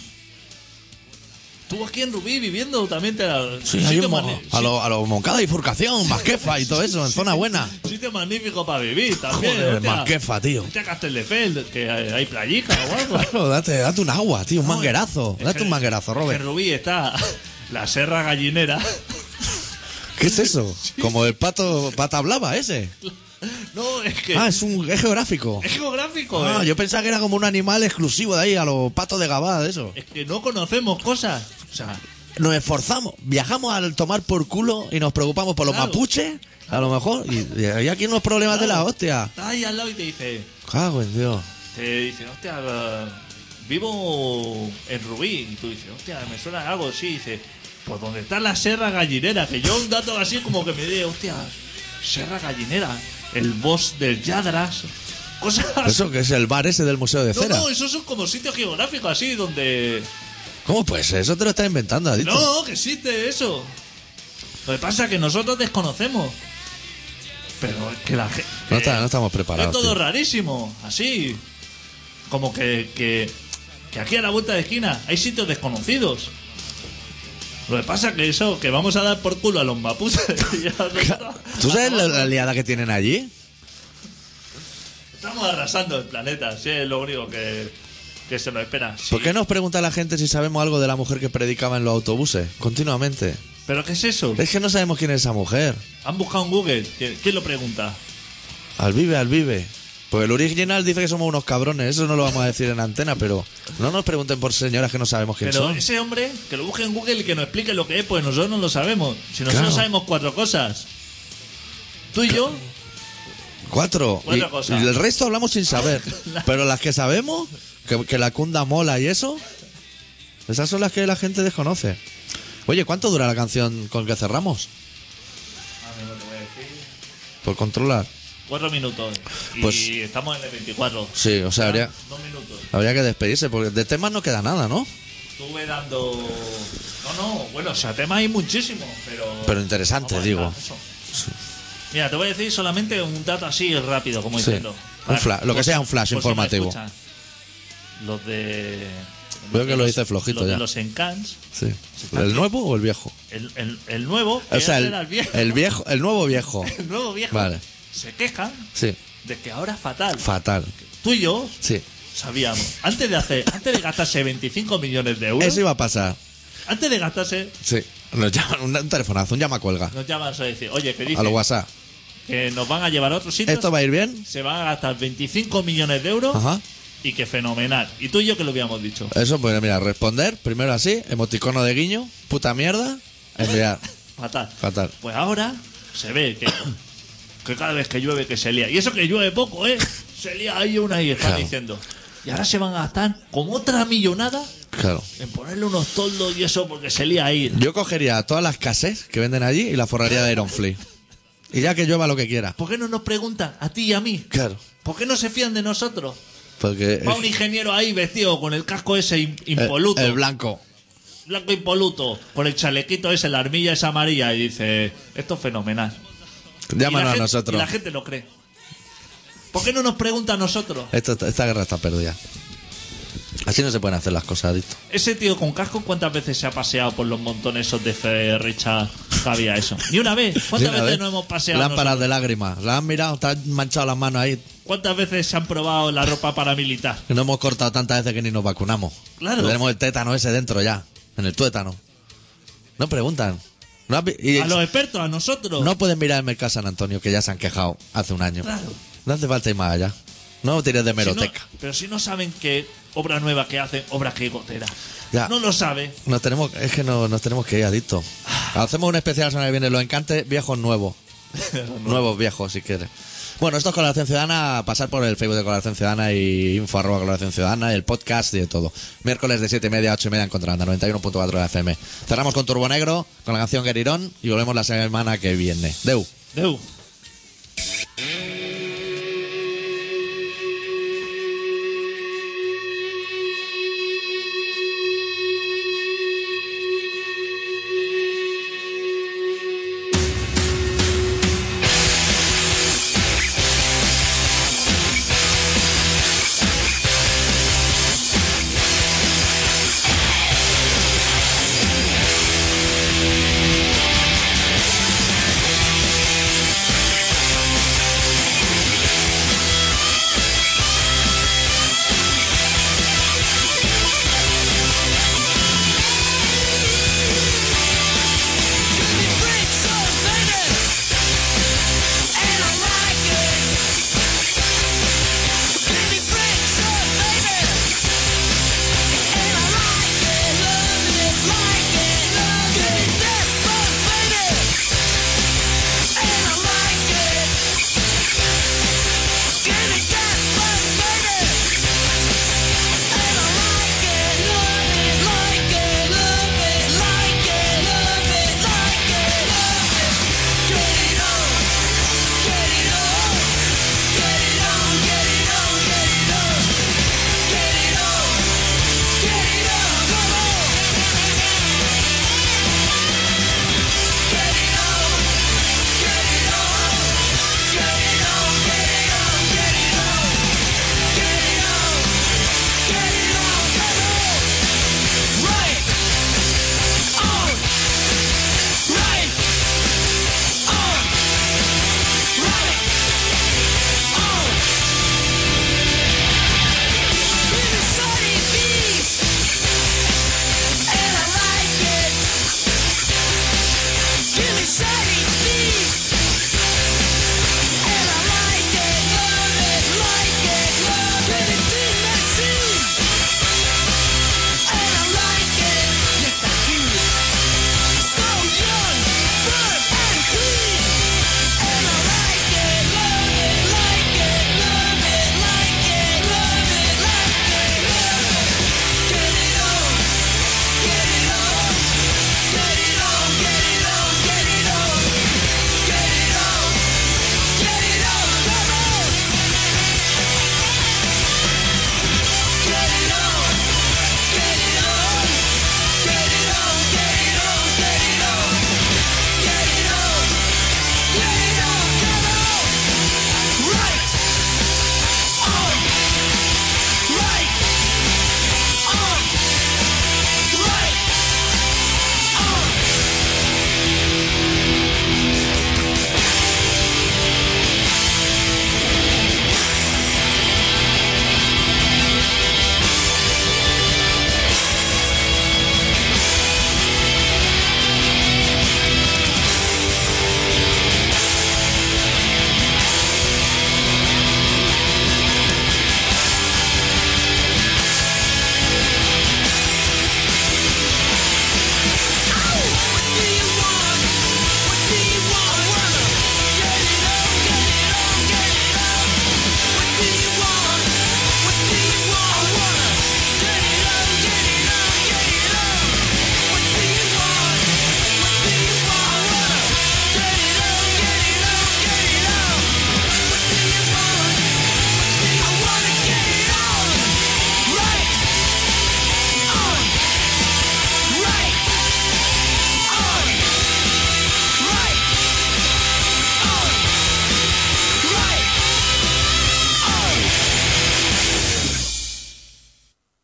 S2: Tú aquí en Rubí viviendo también te
S1: Sí, hay un mo- a los a lo Moncada Bifurcación, Masquefa y todo eso, en zona buena.
S2: Sitio magnífico para vivir también.
S1: Joder,
S2: hostia.
S1: Masquefa, tío.
S2: Vete a Castelldefels, que hay, hay playita o algo.
S1: [laughs] Claro, date, date un agua, tío, un manguerazo. Date un manguerazo,
S2: En
S1: Robert.
S2: Rubí está la Serra Gallinera.
S1: ¿Qué es eso? Como el pato, pata blava ese.
S2: No, es que.
S1: Ah, es un es
S2: [laughs]
S1: geográfico.
S2: Es geográfico,
S1: Ah,
S2: ¿eh?
S1: yo pensaba que era como un animal exclusivo de ahí, a los patos de Gabá, de eso.
S2: Es que no conocemos cosas. O sea,
S1: Nos esforzamos, viajamos al tomar por culo y nos preocupamos por los
S2: Claro.
S1: mapuches, a lo mejor, y, y hay aquí unos problemas de la hostia.
S2: estás ahí al lado y te dice.
S1: Cago en Dios.
S2: te dice, hostia, eh, vivo en Rubí. Y tú dices, hostia, me suena algo, sí. Y dice, pues donde está la Serra Gallinera, que yo un dato así como que me di, hostia, Serra Gallinera, el boss del Yadras, cosas
S1: ¿Eso que es el bar ese del Museo de
S2: No,
S1: Cera?
S2: no, esos son como sitios geográficos así, donde...
S1: ¿Cómo pues? Eso te lo estás inventando, adicto.
S2: No, que existe eso. Lo que pasa es que nosotros desconocemos. Pero es que la eh, gente...
S1: No está- no estamos preparados,
S2: Es todo
S1: tío.
S2: rarísimo, así. Como que, que, que aquí a la vuelta de esquina hay sitios desconocidos. Lo que pasa es que eso, que vamos a dar por culo a los mapuches. [laughs] ya no está.
S1: ¿Tú sabes la, la liada que tienen allí?
S2: Estamos arrasando el planeta, sí, es lo único que, que se nos espera. Sí.
S1: ¿Por qué nos pregunta la gente si sabemos algo de la mujer que predicaba en los autobuses? Continuamente.
S2: ¿Pero qué es eso?
S1: Es que no sabemos quién es esa mujer.
S2: Han buscado en Google. ¿Quién, quién lo pregunta?
S1: Al vive, al vive. Pues el original dice que somos unos cabrones, eso no lo vamos a decir en antena, pero no nos pregunten por señoras que no sabemos quién
S2: Pero
S1: son.
S2: ese hombre que lo busque en Google y que nos explique lo que es, pues nosotros no lo sabemos. Si nosotros
S1: Claro.
S2: sabemos cuatro cosas. Tú y yo,
S1: Cuatro. Y,
S2: Cuatro cosas.
S1: y el resto hablamos sin
S2: [laughs]
S1: saber. Pero las que sabemos, que, que la cunda mola y eso, esas son las que la gente desconoce. Oye, ¿cuánto dura la canción con que cerramos? Por controlar.
S2: cuatro minutos. Y
S1: Pues-
S2: estamos en el 24.
S1: Sí, o sea, habría,
S2: Dos minutos.
S1: habría que despedirse, porque de temas no queda nada, ¿no?
S2: Estuve dando. No, no, bueno, o sea, temas hay muchísimos, pero.
S1: Pero interesante,
S2: Vamos a
S1: digo.
S2: dejar eso. Mira, te voy a decir solamente un dato así rápido, como
S1: Sí.
S2: diciendo.
S1: Un
S2: Para-
S1: fla- lo que
S2: por-
S1: sea un flash
S2: por si me
S1: informativo.
S2: escuchan. Los de.
S1: Veo que
S2: de
S1: lo
S2: los-
S1: dice flojito
S2: los
S1: ya.
S2: De los encans.
S1: Sí. ¿El nuevo o el viejo?
S2: El, el, el nuevo. que
S1: O sea,
S2: antes
S1: el,
S2: era viejo.
S1: el viejo, el nuevo viejo.
S2: [laughs] El nuevo viejo.
S1: Vale.
S2: Se queja
S1: Sí.
S2: de que ahora es fatal.
S1: Fatal.
S2: Tú y yo
S1: Sí.
S2: sabíamos. Antes de hacer, antes de gastarse 25 millones de euros,
S1: Eso iba a pasar.
S2: antes de gastarse,
S1: Sí. Nos llaman- un, un telefonazo, un llama cuelga.
S2: nos llaman a decir, oye, que
S1: A
S2: dicen
S1: lo WhatsApp.
S2: que nos van a llevar a otro sitio.
S1: ¿Esto va a ir bien?
S2: Se van a gastar 25 millones de euros
S1: Ajá.
S2: y que fenomenal. Y tú y yo que lo habíamos dicho.
S1: Eso, pues mira, responder, primero así, emoticono de guiño, puta mierda,
S2: [laughs]
S1: enviar.
S2: Fatal.
S1: Fatal.
S2: Pues ahora se ve que, que cada vez que llueve que se lía. Y eso que llueve poco, ¿eh? Se lía ahí una y están
S1: Claro.
S2: diciendo. Y ahora se van a gastar con otra millonada
S1: Claro.
S2: en ponerle unos toldos y eso porque se lía ahí.
S1: Yo cogería todas las cassettes que venden allí y la forraría de Iron Flea. Y ya que llueva lo que quiera.
S2: ¿Por qué no nos preguntan a ti y a mí?
S1: Claro.
S2: ¿Por qué no se fían de nosotros?
S1: Porque.
S2: Va un ingeniero ahí vestido con el casco ese im- impoluto.
S1: El, el blanco.
S2: blanco impoluto, con el chalequito ese, la armilla es amarilla, y dice, esto es fenomenal. Y la
S1: Llámanos a
S2: gente- Y
S1: nosotros.
S2: la gente lo cree. ¿Por qué no nos pregunta a nosotros?
S1: Esto está- esta guerra está perdida. Así no se pueden hacer las cosas, adicto.
S2: Ese tío con casco, ¿cuántas veces se ha paseado por los montones esos de ferrecha que había eso? Ni una vez. ¿Cuántas
S1: Mira, ¿ves?
S2: veces no hemos paseado?
S1: Lámparas de lágrimas. Las han mirado, te han manchado las manos ahí.
S2: nosotros? ¿Cuántas veces se han probado la ropa paramilitar?
S1: No hemos cortado tantas veces que ni nos vacunamos.
S2: Claro.
S1: Tenemos el tétano ese dentro ya, en el tuétano. No preguntan. No, has vi- y-
S2: A los expertos, a nosotros.
S1: no pueden mirar el mercado San Antonio, que ya se han quejado hace un año.
S2: Claro.
S1: No hace falta ir más allá. No tires de
S2: Ah. Si no-
S1: meroteca.
S2: pero si no saben qué obra nueva que hacen, obra que gotera.
S1: Ya.
S2: No lo sabe.
S1: Nos tenemos, es que no- nos tenemos que ir, adicto. Hacemos un especial semana que viene, los encantes viejos nuevos. nuevos viejos, si quieres. Bueno, esto es Colaboración Ciudadana, pasar por el Facebook de Colaboración Ciudadana y info arroba Colaboración Ciudadana, el podcast y de todo. Miércoles de 7 y media a 8 y media en Contralanda, 91.4 de la FM. Cerramos con Turbo Negro, con la canción Guerirón y volvemos la semana que viene. Deu.
S2: Deu.